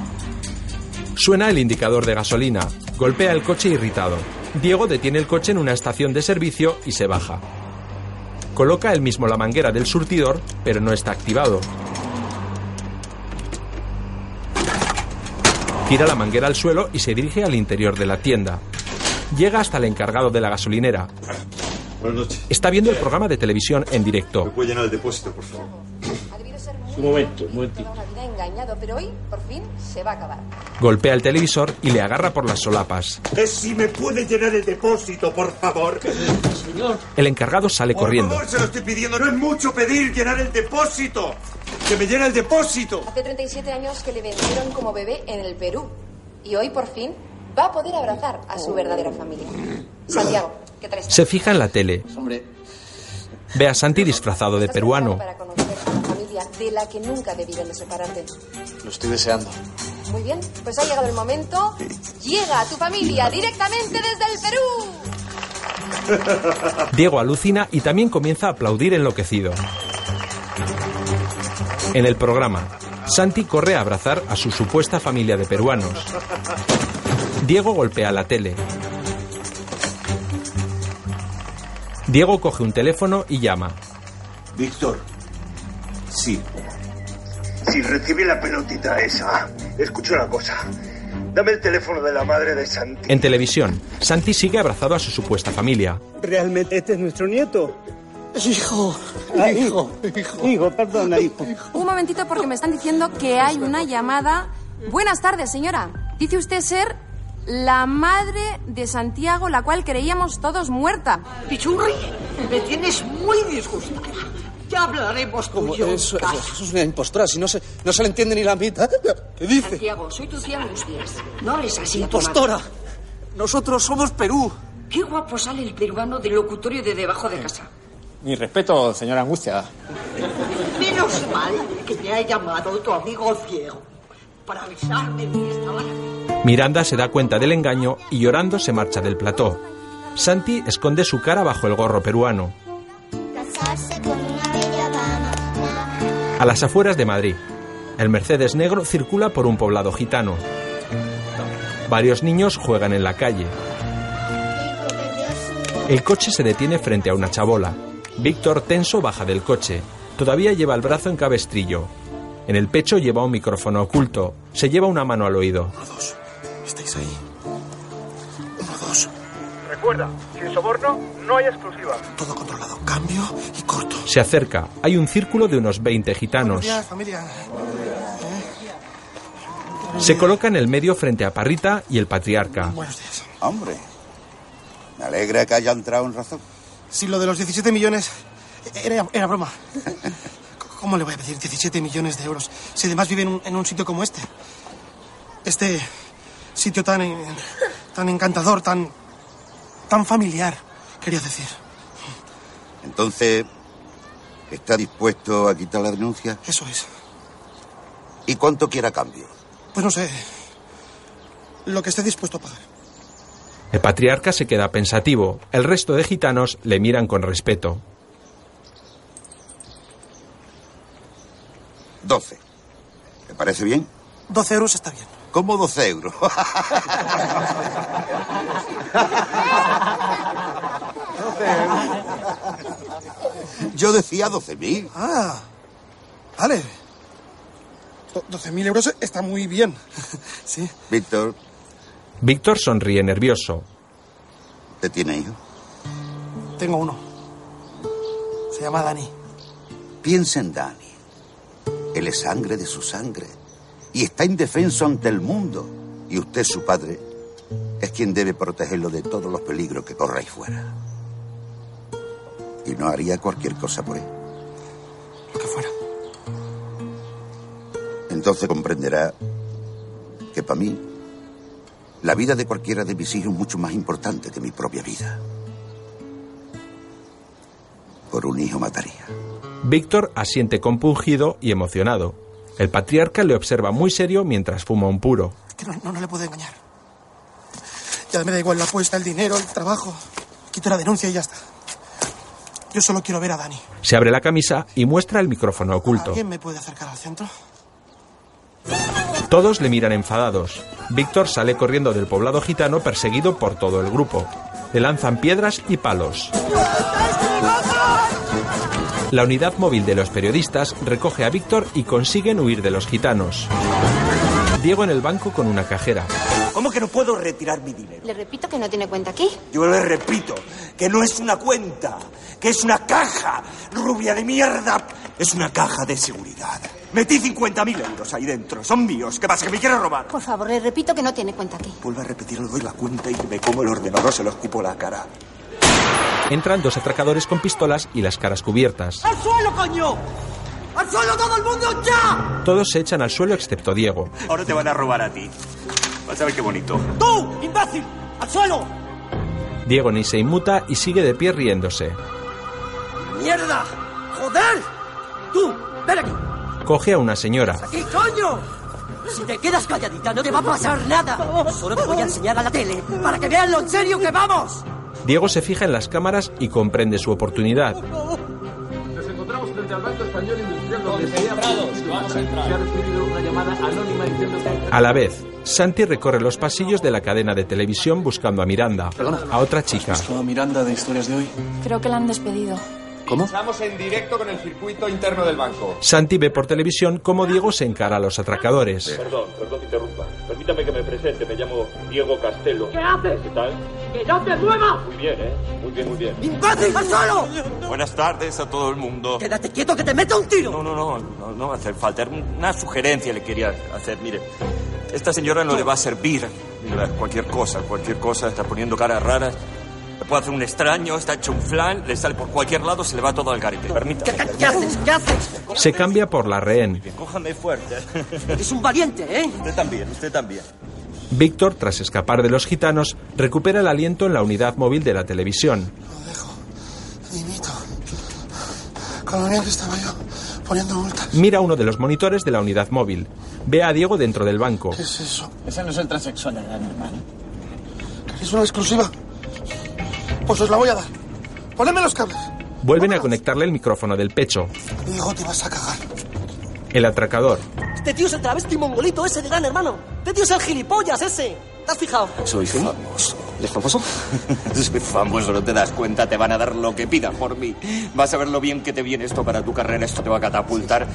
Suena el indicador de gasolina, golpea el coche irritado. Diego detiene el coche en una estación de servicio y se baja. Coloca él mismo la manguera del surtidor, pero no está activado. Tira la manguera al suelo y se dirige al interior de la tienda. Llega hasta el encargado de la gasolinera.
Buenas noches.
Está viendo el programa de televisión en directo.
Puede llenar el depósito, por favor.
Un momento, un momentito.
Te he engañado, pero hoy, por fin, se va a acabar.
Golpea el televisor y le agarra por las solapas.
Que Eh, si me puede llenar el depósito, por favor. Señor.
El encargado sale corriendo.
se lo estoy pidiendo. No es mucho pedir llenar el depósito.
¡Que me llena el depósito!
Hace 37 años que le vendieron como bebé en el Perú. Y hoy, por fin, va a poder abrazar a su verdadera familia. Santiago, ¿qué tal estás?
Se fija en la tele.
Hombre.
Ve a Santi disfrazado de peruano.
Para conocer a la familia de la que nunca debieron separarte.
Lo estoy deseando.
Muy bien, pues ha llegado el momento. Llega a tu familia directamente desde el Perú.
Diego alucina y también comienza a aplaudir enloquecido. En el programa, Santi corre a abrazar a su supuesta familia de peruanos. Diego golpea la tele. Diego coge un teléfono y llama.
Víctor.
Sí.
Si recibí la pelotita esa, escucha una cosa. Dame el teléfono de la madre de Santi.
En televisión, Santi sigue abrazado a su supuesta familia.
Realmente, este es nuestro nieto. Hijo, hijo, hijo. Hijo, perdona, hijo.
Un momentito porque me están diciendo que hay una llamada. Buenas tardes, señora. Dice usted ser la madre de Santiago, la cual creíamos todos muerta.
Pichurri, me tienes muy disgustada. Ya hablaremos con yo.
Eso,
ah.
eso- eso es una impostora, si no se, no se le entiende ni la mitad. ¿Qué dice?
Santiago, soy tu tía Angustias. No hables así. a tu
Impostora.
madre.
Nosotros somos Perú.
Qué guapo sale el peruano del locutorio de debajo de casa.
Mi respeto, señora Angustia.
Menos mal que me ha llamado tu amigo ciego para avisarme que estaba
Miranda se da cuenta del engaño y llorando se marcha del plató. Santi esconde su cara bajo el gorro peruano. A las afueras de Madrid, el Mercedes negro circula por un poblado gitano. Varios niños juegan en la calle. El coche se detiene frente a una chabola. Víctor tenso baja del coche. Todavía lleva el brazo en cabestrillo. En el pecho lleva un micrófono oculto. Se lleva una mano al oído.
Estáis ahí. Uno, dos.
Recuerda, sin soborno no hay exclusiva.
Todo controlado. Cambio.
Se acerca. Hay un círculo de unos 20 gitanos.
Familia, familia.
Se coloca en el medio frente a Parrita y el patriarca.
Hombre, me alegra que haya entrado en razón.
Si lo de los 17 millones era, era broma. ¿Cómo le voy a pedir 17 millones de euros si además vive en un, en un sitio como este? este sitio tan, eh, tan encantador, tan, tan familiar, quería decir.
Entonces, ¿está dispuesto a quitar la denuncia?
Eso es.
¿Y cuánto quiere a cambio?
Pues no sé, lo que esté dispuesto a pagar.
El patriarca se queda pensativo. El resto de gitanos le miran con respeto.
Doce. ¿Te parece bien?
12 euros está bien.
¿Cómo 12 euros? Yo decía 12.000.
Ah, vale. Do- 12.000 euros está muy bien. sí.
Víctor,
Víctor sonríe nervioso.
¿te tiene hijo?
Tengo uno. Se llama Dani.
Piensa en Dani. Él es sangre de su sangre. Y está indefenso ante el mundo. Y usted, su padre, es quien debe protegerlo de todos los peligros que corra ahí fuera. Y no haría cualquier cosa por él. Lo que fuera. Entonces comprenderá que para mí la vida de cualquiera de mis hijos es mucho más importante que mi propia vida. Por un hijo mataría.
Víctor asiente compungido y emocionado. El patriarca le observa muy serio mientras fuma un puro.
Que no, no, no le puedo engañar. Ya me da igual la apuesta, el dinero, el trabajo. Quito la denuncia y ya está. Yo solo quiero ver a Dani.
Se abre la camisa y muestra el micrófono oculto.
¿Alguien me puede acercar al centro?
Todos le miran enfadados. Víctor sale corriendo del poblado gitano perseguido por todo el grupo. Le lanzan piedras y palos. La unidad móvil de los periodistas recoge a Víctor y consiguen huir de los gitanos. Diego en el banco con una cajera.
¿Cómo que no puedo retirar mi dinero?
Le repito que no tiene cuenta aquí.
Yo le repito que no es una cuenta, que es una caja rubia de mierda. Es una caja de seguridad. Metí 50.000 euros ahí dentro. Son míos. ¿Qué pasa? ¿Que me quiere robar?
Por favor, le repito que no tiene cuenta aquí.
Vuelvo a repetir, le doy la cuenta y me como el ordenador, se lo escupo la cara.
Entran dos atracadores con pistolas y las caras cubiertas.
¡Al suelo, coño! ¡Al suelo todo el mundo ya!
Todos se echan al suelo excepto Diego.
Ahora te van a robar a ti. Vas a ver qué bonito.
¡Tú, imbécil! ¡Al suelo!
Diego ni se inmuta y sigue de pie riéndose.
¡Mierda! ¡Joder! ¡Tú, ven aquí!
Coge a una señora.
¡Aquí, coño! Si te quedas calladita no te va a pasar nada. Solo te voy a enseñar a la tele para que vean lo en serio que vamos.
Diego se fija en las cámaras y comprende su oportunidad.
Nos encontramos frente al Banco Español Industrial donde se ha se ha recibido una llamada anónima diciendo que...
A la vez, Santi recorre los pasillos de la cadena de televisión buscando a Miranda, a otra chica.
Miranda de Historias de Hoy.
Creo que la han despedido.
¿Cómo?
Estamos en directo con el circuito interno del banco.
Santi ve por televisión cómo Diego se encara a los atracadores.
Perdón, perdón que interrumpa. Permítame que me presente, me llamo Diego Castelo.
¿Qué haces?
¿Qué tal?
¡Que no te muevas!
Muy bien, ¿eh? Muy bien, muy bien.
¡Imbécil, al suelo!
Buenas tardes a todo el mundo.
¡Quédate quieto que te meto un tiro!
No, no, no, no, no hace falta. Era Una sugerencia le quería hacer. Mire, esta señora no le va a servir. Mira, cualquier cosa, cualquier cosa, está poniendo caras raras. Le puede hacer un extraño, está hecho un flan, le sale por cualquier lado, se le va todo al garete. Permítame.
¿Qué haces? ¿Qué haces?
Se cambia por la rehén.
Cójame fuerte.
Eres un valiente, ¿eh?
Usted también, usted también.
Víctor, tras escapar de los gitanos, recupera el aliento en la unidad móvil de la televisión.
Con lo bien que estaba yo poniendo multa.
Mira uno de los monitores de la unidad móvil. Ve a Diego dentro del banco.
¿Qué es eso?
Ese no es el transexual, hermano.
Es una exclusiva. Pues os la voy a dar. Ponedme los cables.
Vuelven a conectarle el micrófono del pecho.
Diego, te vas a cagar.
El atracador.
Este tío es el travesti mongolito ese de gran hermano. Este tío es el gilipollas ese. ¿Te has fijado?
Soy famoso. ¿Eres famoso? Soy famoso, no te das cuenta, te van a dar lo que pidas por mí. Vas a ver lo bien que te viene esto para tu carrera, esto te va a catapultar.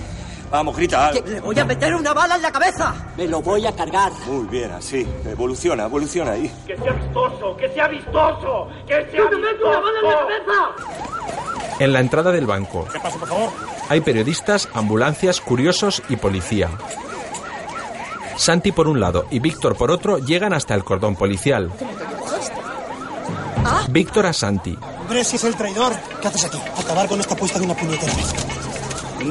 Vamos, grita.
Que le voy a meter una bala en la cabeza. Me lo voy a cargar.
Muy bien, así. Evoluciona, evoluciona ahí.
Que sea vistoso, que sea vistoso, que sea te meto una bala en la cabeza.
En la entrada del banco.
¿Qué pasa, por favor?
Hay periodistas, ambulancias, curiosos y policía. Santi por un lado y Víctor por otro llegan hasta el cordón policial. Víctor a Santi.
Hombre, si es el traidor. ¿Qué haces aquí? Acabar con esta apuesta de una puñetera vez.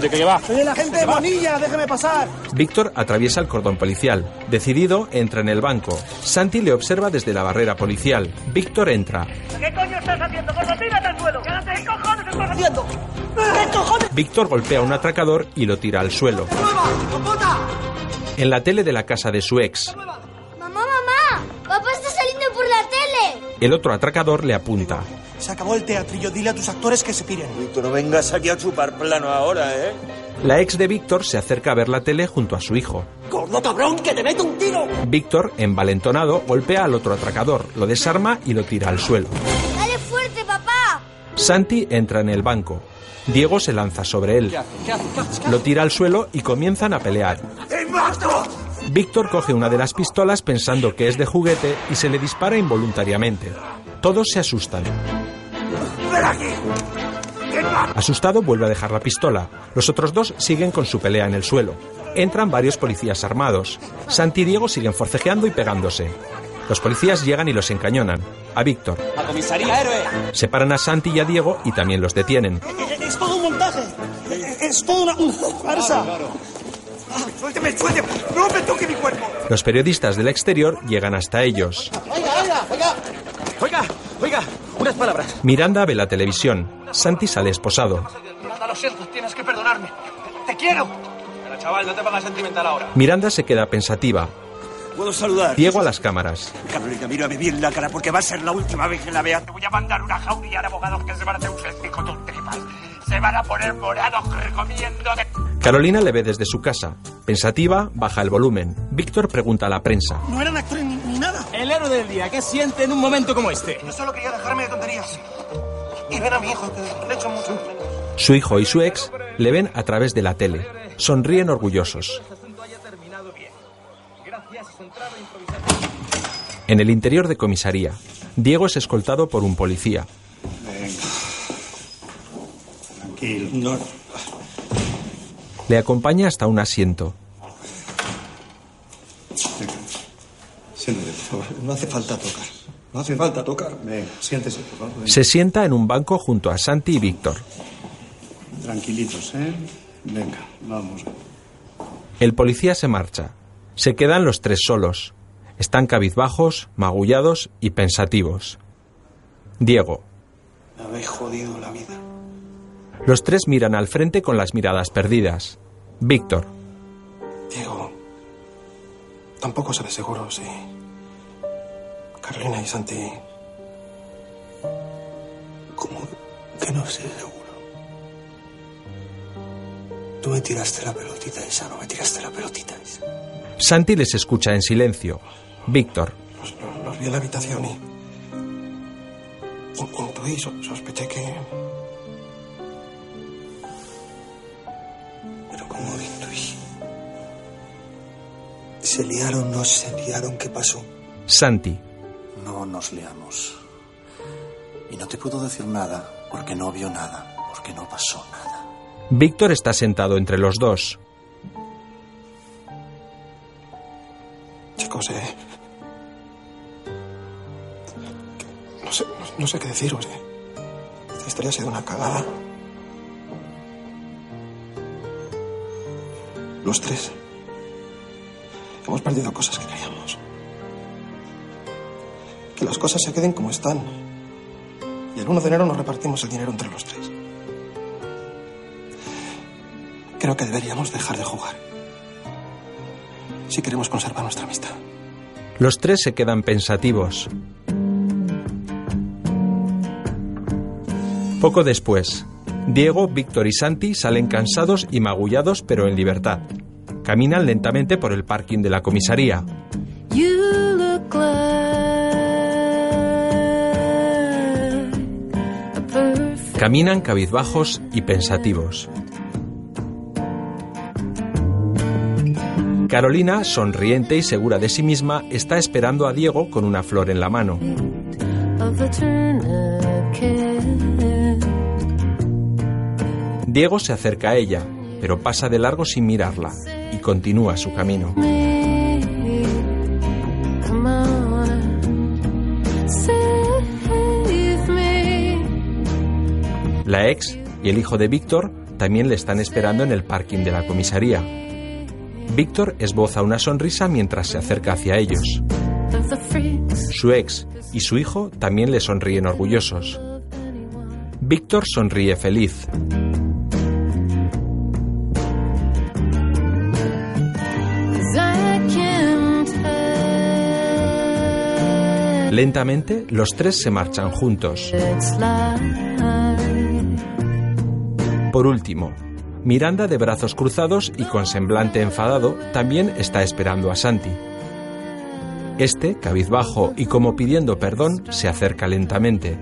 ¿De qué va?
Soy el agente de Bonilla, déjeme pasar.
Víctor atraviesa el cordón policial. Decidido, entra en el banco. Santi le observa desde la barrera policial. Víctor entra.
¿Qué coño estás haciendo? ¡Por tírate al suelo! ¿Qué cojones estás haciendo?
Víctor golpea a un atracador y lo tira al suelo. En la tele de la casa de su ex,
Mamá, mamá, papá está saliendo por la tele.
el otro atracador le apunta.
Se acabó el teatrillo, dile a tus actores que se piren.
Tú no vengas aquí a chupar plano ahora, ¿eh?
La ex de Víctor se acerca a ver la tele junto a su hijo.
¡Gordo cabrón, que te meto un tiro!
Víctor, envalentonado, golpea al otro atracador, lo desarma y lo tira al suelo.
Dale fuerte, papá.
Santi entra en el banco. Diego se lanza sobre él. Lo tira al suelo y comienzan a pelear.
¡Te mato!
Víctor coge una de las pistolas pensando que es de juguete y se le dispara involuntariamente. Todos se asustan.
¡Ven aquí!
Asustado vuelve a dejar la pistola. Los otros dos siguen con su pelea en el suelo. Entran varios policías armados. Santi y Diego siguen forcejeando y pegándose. Los policías llegan y los encañonan. A Víctor.
¡A comisaría, héroe!
Separan a Santi y a Diego y también los detienen.
Es todo un montaje. Es todo una, farsa.
Ah,
¡Suélteme, suélteme! ¡No me toque mi cuerpo!
Los periodistas del exterior llegan hasta ellos.
¡Oiga, oiga, oiga! ¡Oiga, oiga! Unas palabras.
Miranda ve la televisión. Santi sale esposado.
Nada, lo siento, tienes que perdonarme. ¡Te quiero! Pero chaval, no te pongas sentimental ahora.
Miranda se queda pensativa.
¿Puedo saludar?
Diego a las cámaras.
Carolina, mírame bien la cara porque va a ser la última vez que la vea. Te voy a mandar una jauría de abogados que se van a hacer un festico tus tripas. Se van a poner morados recomiendo de...
Carolina le ve desde su casa. Pensativa, baja el volumen. Víctor pregunta a la prensa.
No eran actores ni, nada. El héroe del día, ¿qué siente en un momento como este? Yo solo quería dejarme de tonterías. Y ver a mi hijo, que le echo mucho.
Su hijo y su ex le ven a través de la tele. Sonríen orgullosos. En el interior de comisaría, Diego es escoltado por un policía.
Tranquilo. No,
Le acompaña hasta un asiento.
Siéntate, por favor. No hace falta tocar. No hace falta tocar. Venga, siéntese, por favor. Venga.
Se sienta en un banco junto a Santi y Víctor.
Tranquilitos, ¿eh? Venga, vamos.
El policía se marcha. Se quedan los tres solos. Están cabizbajos, magullados y pensativos. Diego.
Me habéis jodido la vida.
Los tres miran al frente con las miradas perdidas. Víctor.
Diego, tampoco seré seguro si Carolina y Santi... ¿Cómo que no sé seguro? Tú me tiraste la pelotita esa, no me tiraste la pelotita esa.
Santi les escucha en silencio. Víctor.
Los, los- los vi en la habitación y... in- Intuí, so- sospeché que... Pero como intuí...
¿Se liaron no se liaron? ¿Qué pasó?
Santi.
No nos liamos. Y no te puedo decir nada porque no vio nada, porque no pasó nada.
Víctor está sentado entre los dos.
Chicos, eh... No sé, no, no sé qué deciros, eh. Esta historia ha sido una cagada. Los tres. Hemos perdido cosas que queríamos. Que las cosas se queden como están. Y el 1 de enero nos repartimos el dinero entre los tres. Creo que deberíamos dejar de jugar. Si queremos conservar nuestra amistad.
Los tres se quedan pensativos. Poco después, Diego, Víctor y Santi salen cansados y magullados pero en libertad. Caminan lentamente por el parking de la comisaría.
You look like a bird.
Caminan cabizbajos y pensativos. Carolina, sonriente y segura de sí misma, está esperando a Diego con una flor en la mano.
of a tourniquet.
Diego se acerca a ella, pero pasa de largo sin mirarla y continúa su camino.
Come on, save me.
La ex y el hijo de Víctor también le están esperando en el parking de la comisaría. Víctor esboza una sonrisa mientras se acerca hacia ellos. Su ex y su hijo también le sonríen orgullosos. Víctor sonríe feliz. Lentamente los tres se marchan juntos. Por último, Miranda de brazos cruzados y con semblante enfadado también está esperando a Santi. Este, cabizbajo y como pidiendo perdón, se acerca lentamente.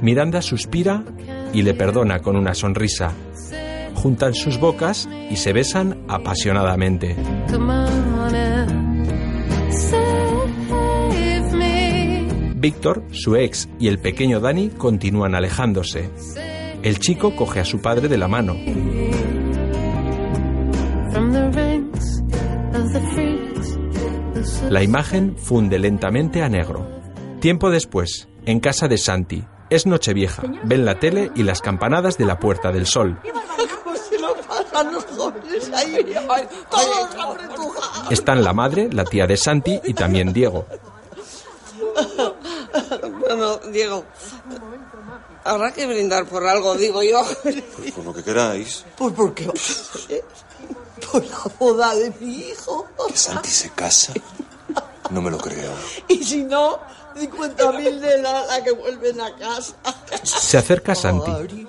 Miranda suspira y le perdona con una sonrisa. Juntan sus bocas y se besan apasionadamente. Víctor, su ex y el pequeño Dani continúan alejándose. El chico coge a su padre de la mano. La imagen funde lentamente a negro. Tiempo después, en casa de Santi, es Nochevieja. Ven la tele y las campanadas de la Puerta del Sol.
¿Cómo se lo pasan los jóvenes ahí? Todos apretujados.
Están la madre, la tía de Santi y también Diego.
Bueno, Diego, habrá que brindar por algo, digo yo.
Pues por lo que queráis.
Pues porque va a ser por la boda de mi hijo.
¿Que Santi se casa? No me lo creo.
Y si no, 50.000 de la, la que vuelven a casa.
Se acerca Santi.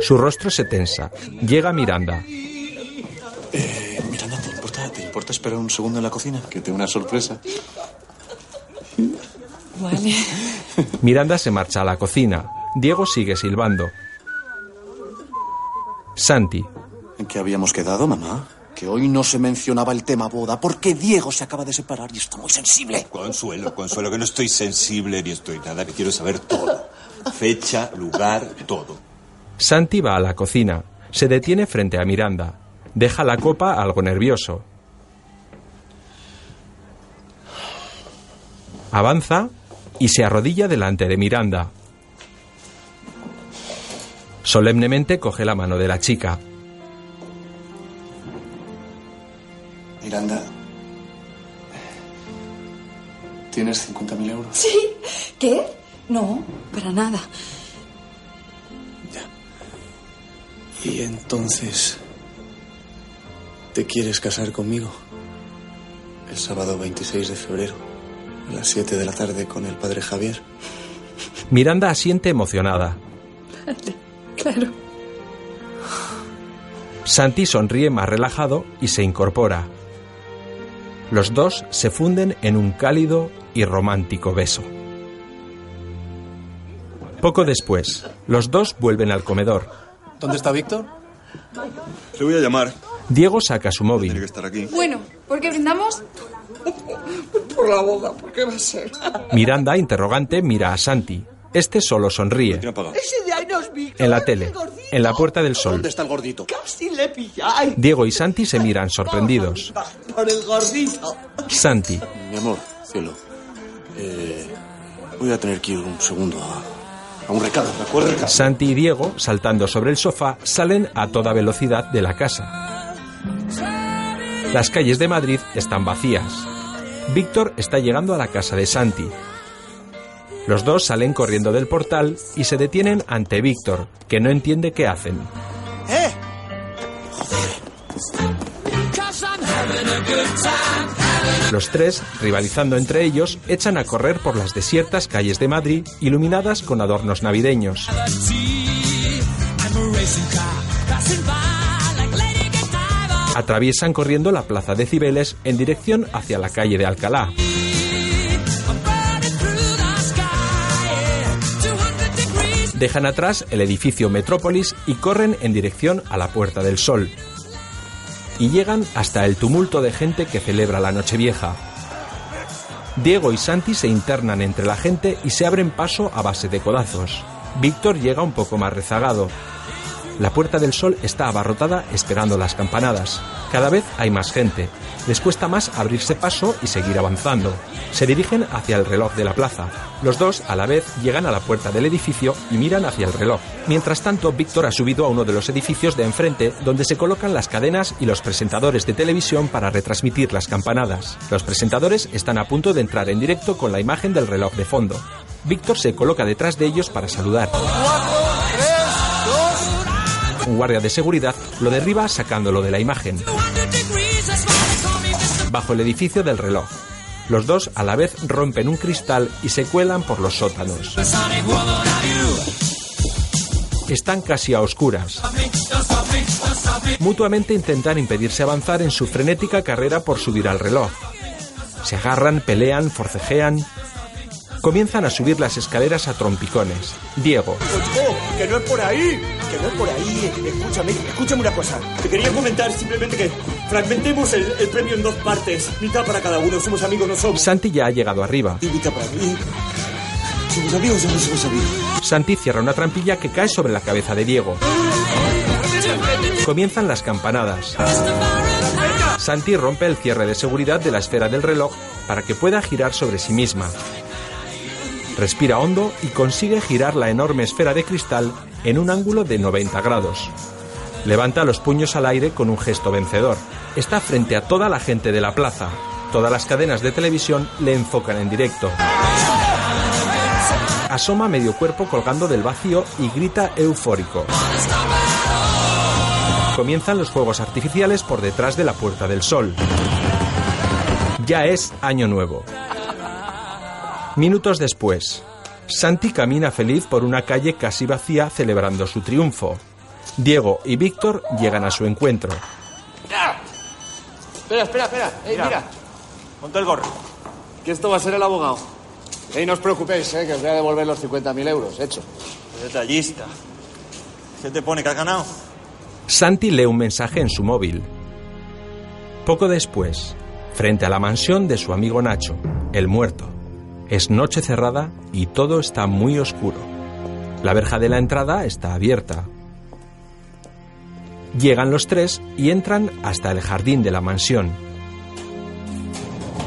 Su rostro se tensa. Llega Miranda.
Eh, Miranda, ¿te importa, ¿te importa esperar un segundo en la cocina? Que tengo una sorpresa.
Vale.
Miranda se marcha a la cocina. Diego sigue silbando. Santi.
¿En qué habíamos quedado, mamá? Que hoy no se mencionaba el tema boda porque Diego se acaba de separar y está muy sensible.
Consuelo, Consuelo, que no estoy sensible ni estoy nada, que quiero saber todo. Fecha, lugar, todo.
Santi va a la cocina. Se detiene frente a Miranda. Deja la copa algo nervioso. Avanza y se arrodilla delante de Miranda. Solemnemente coge la mano de la chica.
Miranda, ¿tienes 50.000 euros?
¿Sí? ¿Qué? No, para nada.
Y entonces, ¿te quieres casar conmigo? El sábado 26 de febrero, a las 7 de la tarde con el padre Javier.
Miranda asiente emocionada.
Vale, claro.
Santi sonríe más relajado y se incorpora. Los dos se funden en un cálido y romántico beso. Poco después, los dos vuelven al comedor.
¿Dónde está Víctor?
Le voy a llamar.
Diego saca su
Tiene que
móvil.
estar aquí.
Bueno, ¿por qué brindamos?
Por la boda, ¿por qué va a ser?
Miranda, interrogante, mira a Santi. Este solo sonríe.
Ese de ahí nos vi.
En la tele, en la Puerta del Sol,
está el gordito?
Casi le pilláis.
Diego y Santi se miran sorprendidos.
Por el gordito.
Santi,
Mi amor, cielo. eh, voy a tener que ir un segundo a, a un recado, ¿de acuerdo?
Santi y Diego, saltando sobre el sofá, salen a toda velocidad de la casa. Las calles de Madrid están vacías. Víctor está llegando a la casa de Santi. Los dos salen corriendo del portal y se detienen ante Víctor, que no entiende qué hacen.
¡Eh!
Los tres, rivalizando entre ellos, echan a correr por las desiertas calles de Madrid, iluminadas con adornos navideños. Atraviesan corriendo la plaza de Cibeles en dirección hacia la calle de Alcalá. Dejan atrás el edificio Metrópolis y corren en dirección a la Puerta del Sol. Y llegan hasta el tumulto de gente que celebra la Nochevieja. Diego y Santi se internan entre la gente y se abren paso a base de codazos. Víctor llega un poco más rezagado. La Puerta del Sol está abarrotada esperando las campanadas. Cada vez hay más gente. Les cuesta más abrirse paso y seguir avanzando. Se dirigen hacia el reloj de la plaza. Los dos, a la vez, llegan a la puerta del edificio y miran hacia el reloj. Mientras tanto, Víctor ha subido a uno de los edificios de enfrente, donde se colocan las cadenas y los presentadores de televisión para retransmitir las campanadas. Los presentadores están a punto de entrar en directo con la imagen del reloj de fondo. Víctor se coloca detrás de ellos para saludar. Un guardia de seguridad lo derriba sacándolo de la imagen. Bajo el edificio del reloj. Los dos a la vez rompen un cristal y se cuelan por los sótanos. Están casi a oscuras. Mutuamente intentan impedirse avanzar en su frenética carrera por subir al reloj. Se agarran, pelean, forcejean. Comienzan a subir las escaleras a trompicones. Diego,
¡Oh, que no es por ahí! Que no es por ahí. eh. Escúchame, escúchame una cosa. Te quería comentar simplemente que fragmentemos el, el premio en dos partes. Mitad para cada uno. Somos amigos, no somos.
Santi ya ha llegado arriba.
Y mitad para mí. Somos amigos, o no somos amigos.
Santi cierra una trampilla que cae sobre la cabeza de Diego. Comienzan las campanadas. Santi rompe el cierre de seguridad de la esfera del reloj para que pueda girar sobre sí misma. Respira hondo y consigue girar la enorme esfera de cristal en un ángulo de 90 grados. Levanta los puños al aire con un gesto vencedor. Está frente a toda la gente de la plaza. Todas las cadenas de televisión le enfocan en directo. Asoma medio cuerpo colgando del vacío y grita eufórico. Comienzan los fuegos artificiales por detrás de la Puerta del Sol. Ya es año nuevo. Minutos después, Santi camina feliz por una calle casi vacía celebrando su triunfo. Diego y Víctor llegan a su encuentro.
Espera, espera, espera. Ey, mira.
Ponte el gorro.
Que esto va a ser el abogado. Ey, no os preocupéis, eh, que os voy a devolver los 50.000 euros, hecho.
Detallista. ¿Qué te pone que has ganado?
Santi lee un mensaje en su móvil. Poco después, frente a la mansión de su amigo Nacho, el muerto. Es noche cerrada y todo está muy oscuro. La verja de la entrada está abierta. Llegan los tres y entran hasta el jardín de la mansión.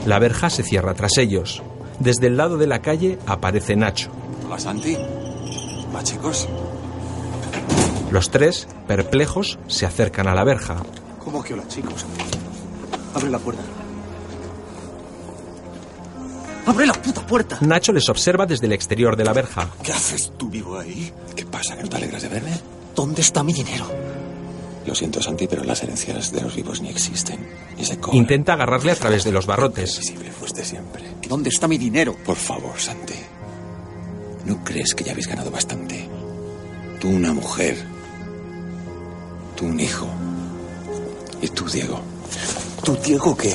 La verja se cierra tras ellos. Desde el lado de la calle aparece Nacho.
Hola, Santi. Hola, chicos.
Los tres, perplejos, se acercan a la verja.
¿Cómo que hola, chicos? Abre la puerta.
¡Abre la puta puerta!
Nacho les observa desde el exterior de la verja.
¿Qué haces tú vivo ahí?
¿Qué pasa? ¿Que no te alegras de verme?
¿Dónde está mi dinero?
Lo siento, Santi, pero las herencias de los vivos ni existen. Ni se cobran.
Intenta agarrarle a través de los barrotes.
Siempre fuiste siempre.
¿Dónde está mi dinero?
Por favor, Santi. ¿No crees que ya habéis ganado bastante? Tú una mujer. Tú un hijo. Y tú, Diego.
¿Tú, Diego, qué?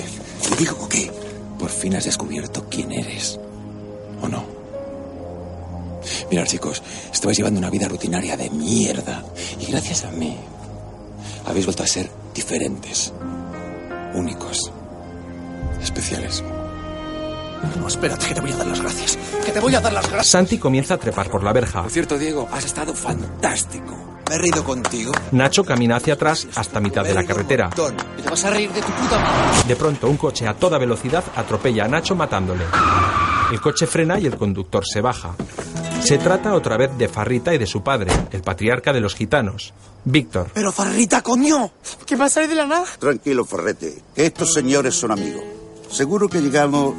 ¿Te digo qué?
Por fin has descubierto quién eres. ¿O no? Mirad, chicos, estabais llevando una vida rutinaria de mierda. Y gracias a mí, habéis vuelto a ser diferentes, únicos, especiales.
No, espérate, que te voy a dar las gracias. Que te voy a dar las gracias.
Santi comienza a trepar por la verja.
Por cierto, Diego, has estado fantástico.
Me he reído contigo.
Nacho camina hacia atrás hasta mitad de la carretera.
Ton, y te vas a reír de tu puta madre.
De pronto, un coche a toda velocidad atropella a Nacho matándole. El coche frena y el conductor se baja. Se trata otra vez de Farrita y de su padre, el patriarca de los gitanos, Víctor.
Pero Farrita, coño.
¿Qué pasa ahí de la nada?
Tranquilo, Ferrete, que estos señores son amigos. Seguro que llegamos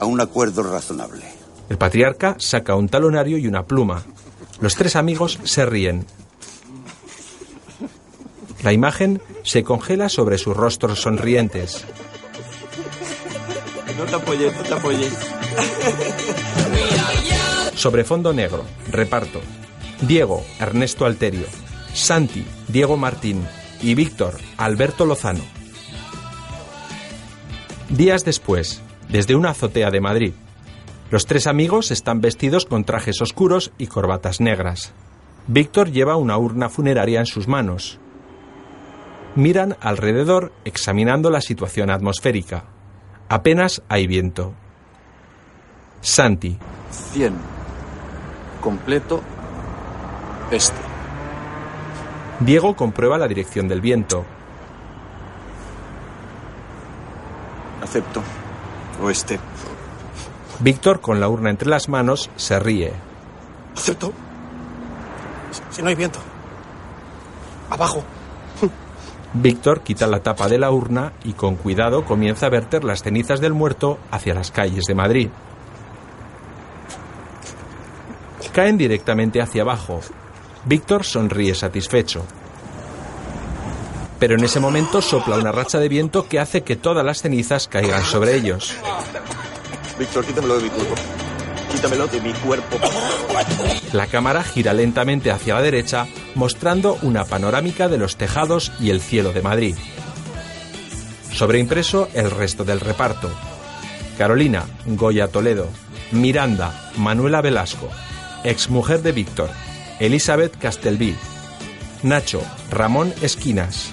a un acuerdo razonable.
El patriarca saca un talonario y una pluma. Los tres amigos se ríen. La imagen se congela sobre sus rostros sonrientes.
No te apoyes, no te apoyes.
Sobre fondo negro, reparto. Diego, Ernesto Alterio. Santi, Diego Martín. Y Víctor, Alberto Lozano. Días después, desde una azotea de Madrid. Los tres amigos están vestidos con trajes oscuros y corbatas negras. Víctor lleva una urna funeraria en sus manos. Miran alrededor examinando la situación atmosférica. Apenas hay viento. Santi.
100. Completo. Este.
Diego comprueba la dirección del viento.
Acepto.
este.
Oeste.
Víctor, con la urna entre las manos, se ríe.
¿Cierto? Si no hay viento. Abajo.
Víctor quita la tapa de la urna y con cuidado comienza a verter las cenizas del muerto hacia las calles de Madrid. Caen directamente hacia abajo. Víctor sonríe satisfecho. Pero en ese momento sopla una racha de viento que hace que todas las cenizas caigan sobre ellos.
Víctor, quítamelo de mi cuerpo. Quítamelo de mi cuerpo.
La cámara gira lentamente hacia la derecha, mostrando una panorámica de los tejados y el cielo de Madrid. Sobreimpreso el resto del reparto. Carolina, Goya Toledo, Miranda, Manuela Velasco, exmujer de Víctor, Elizabeth Castelví, Nacho, Ramón Esquinas,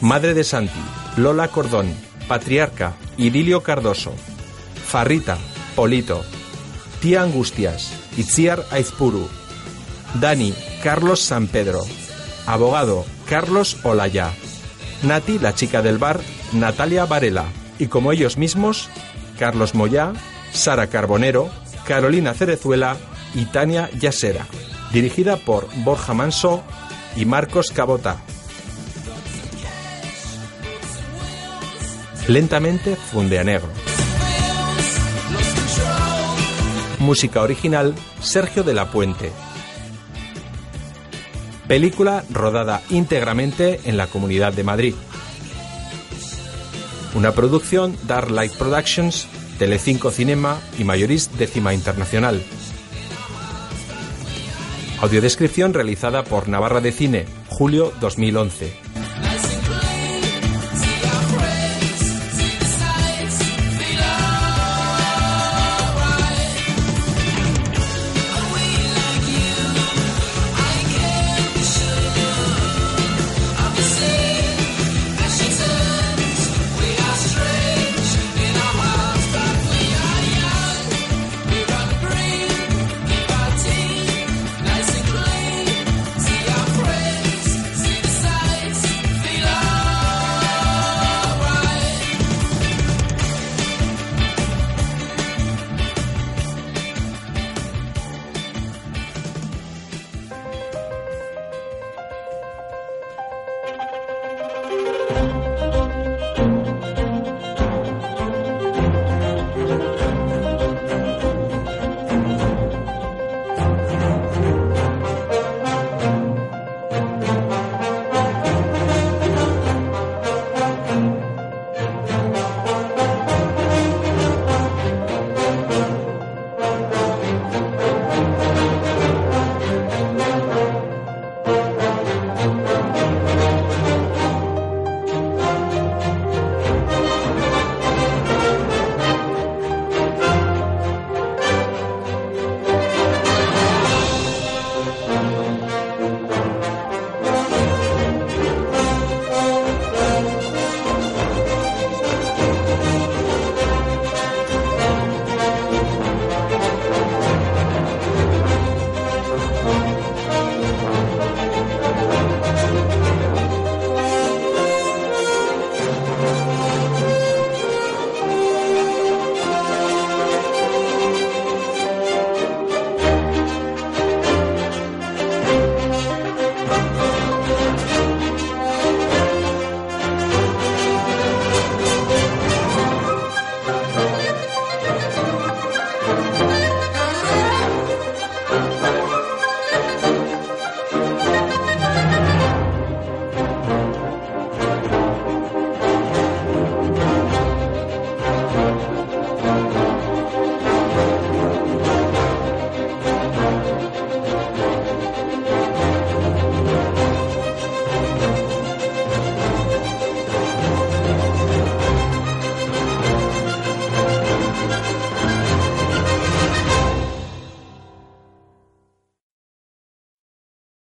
Madre de Santi, Lola Cordón, Patriarca, Idilio Cardoso, Farrita, Polito, Tía Angustias, Itziar Aizpuru, Dani, Carlos San Pedro, Abogado, Carlos Olaya, Nati, la chica del bar, Natalia Varela, y como ellos mismos, Carlos Moyá, Sara Carbonero, Carolina Cerezuela y Tania Yasera, dirigida por Borja Manso y Marcos Cabota. Lentamente funde a negro. Música original Sergio de la Puente. Película rodada íntegramente en la Comunidad de Madrid. Una producción Dark Light Productions, Telecinco Cinema y Mayorist Décima Internacional. Audiodescripción realizada por Navarra de Cine, julio 2011.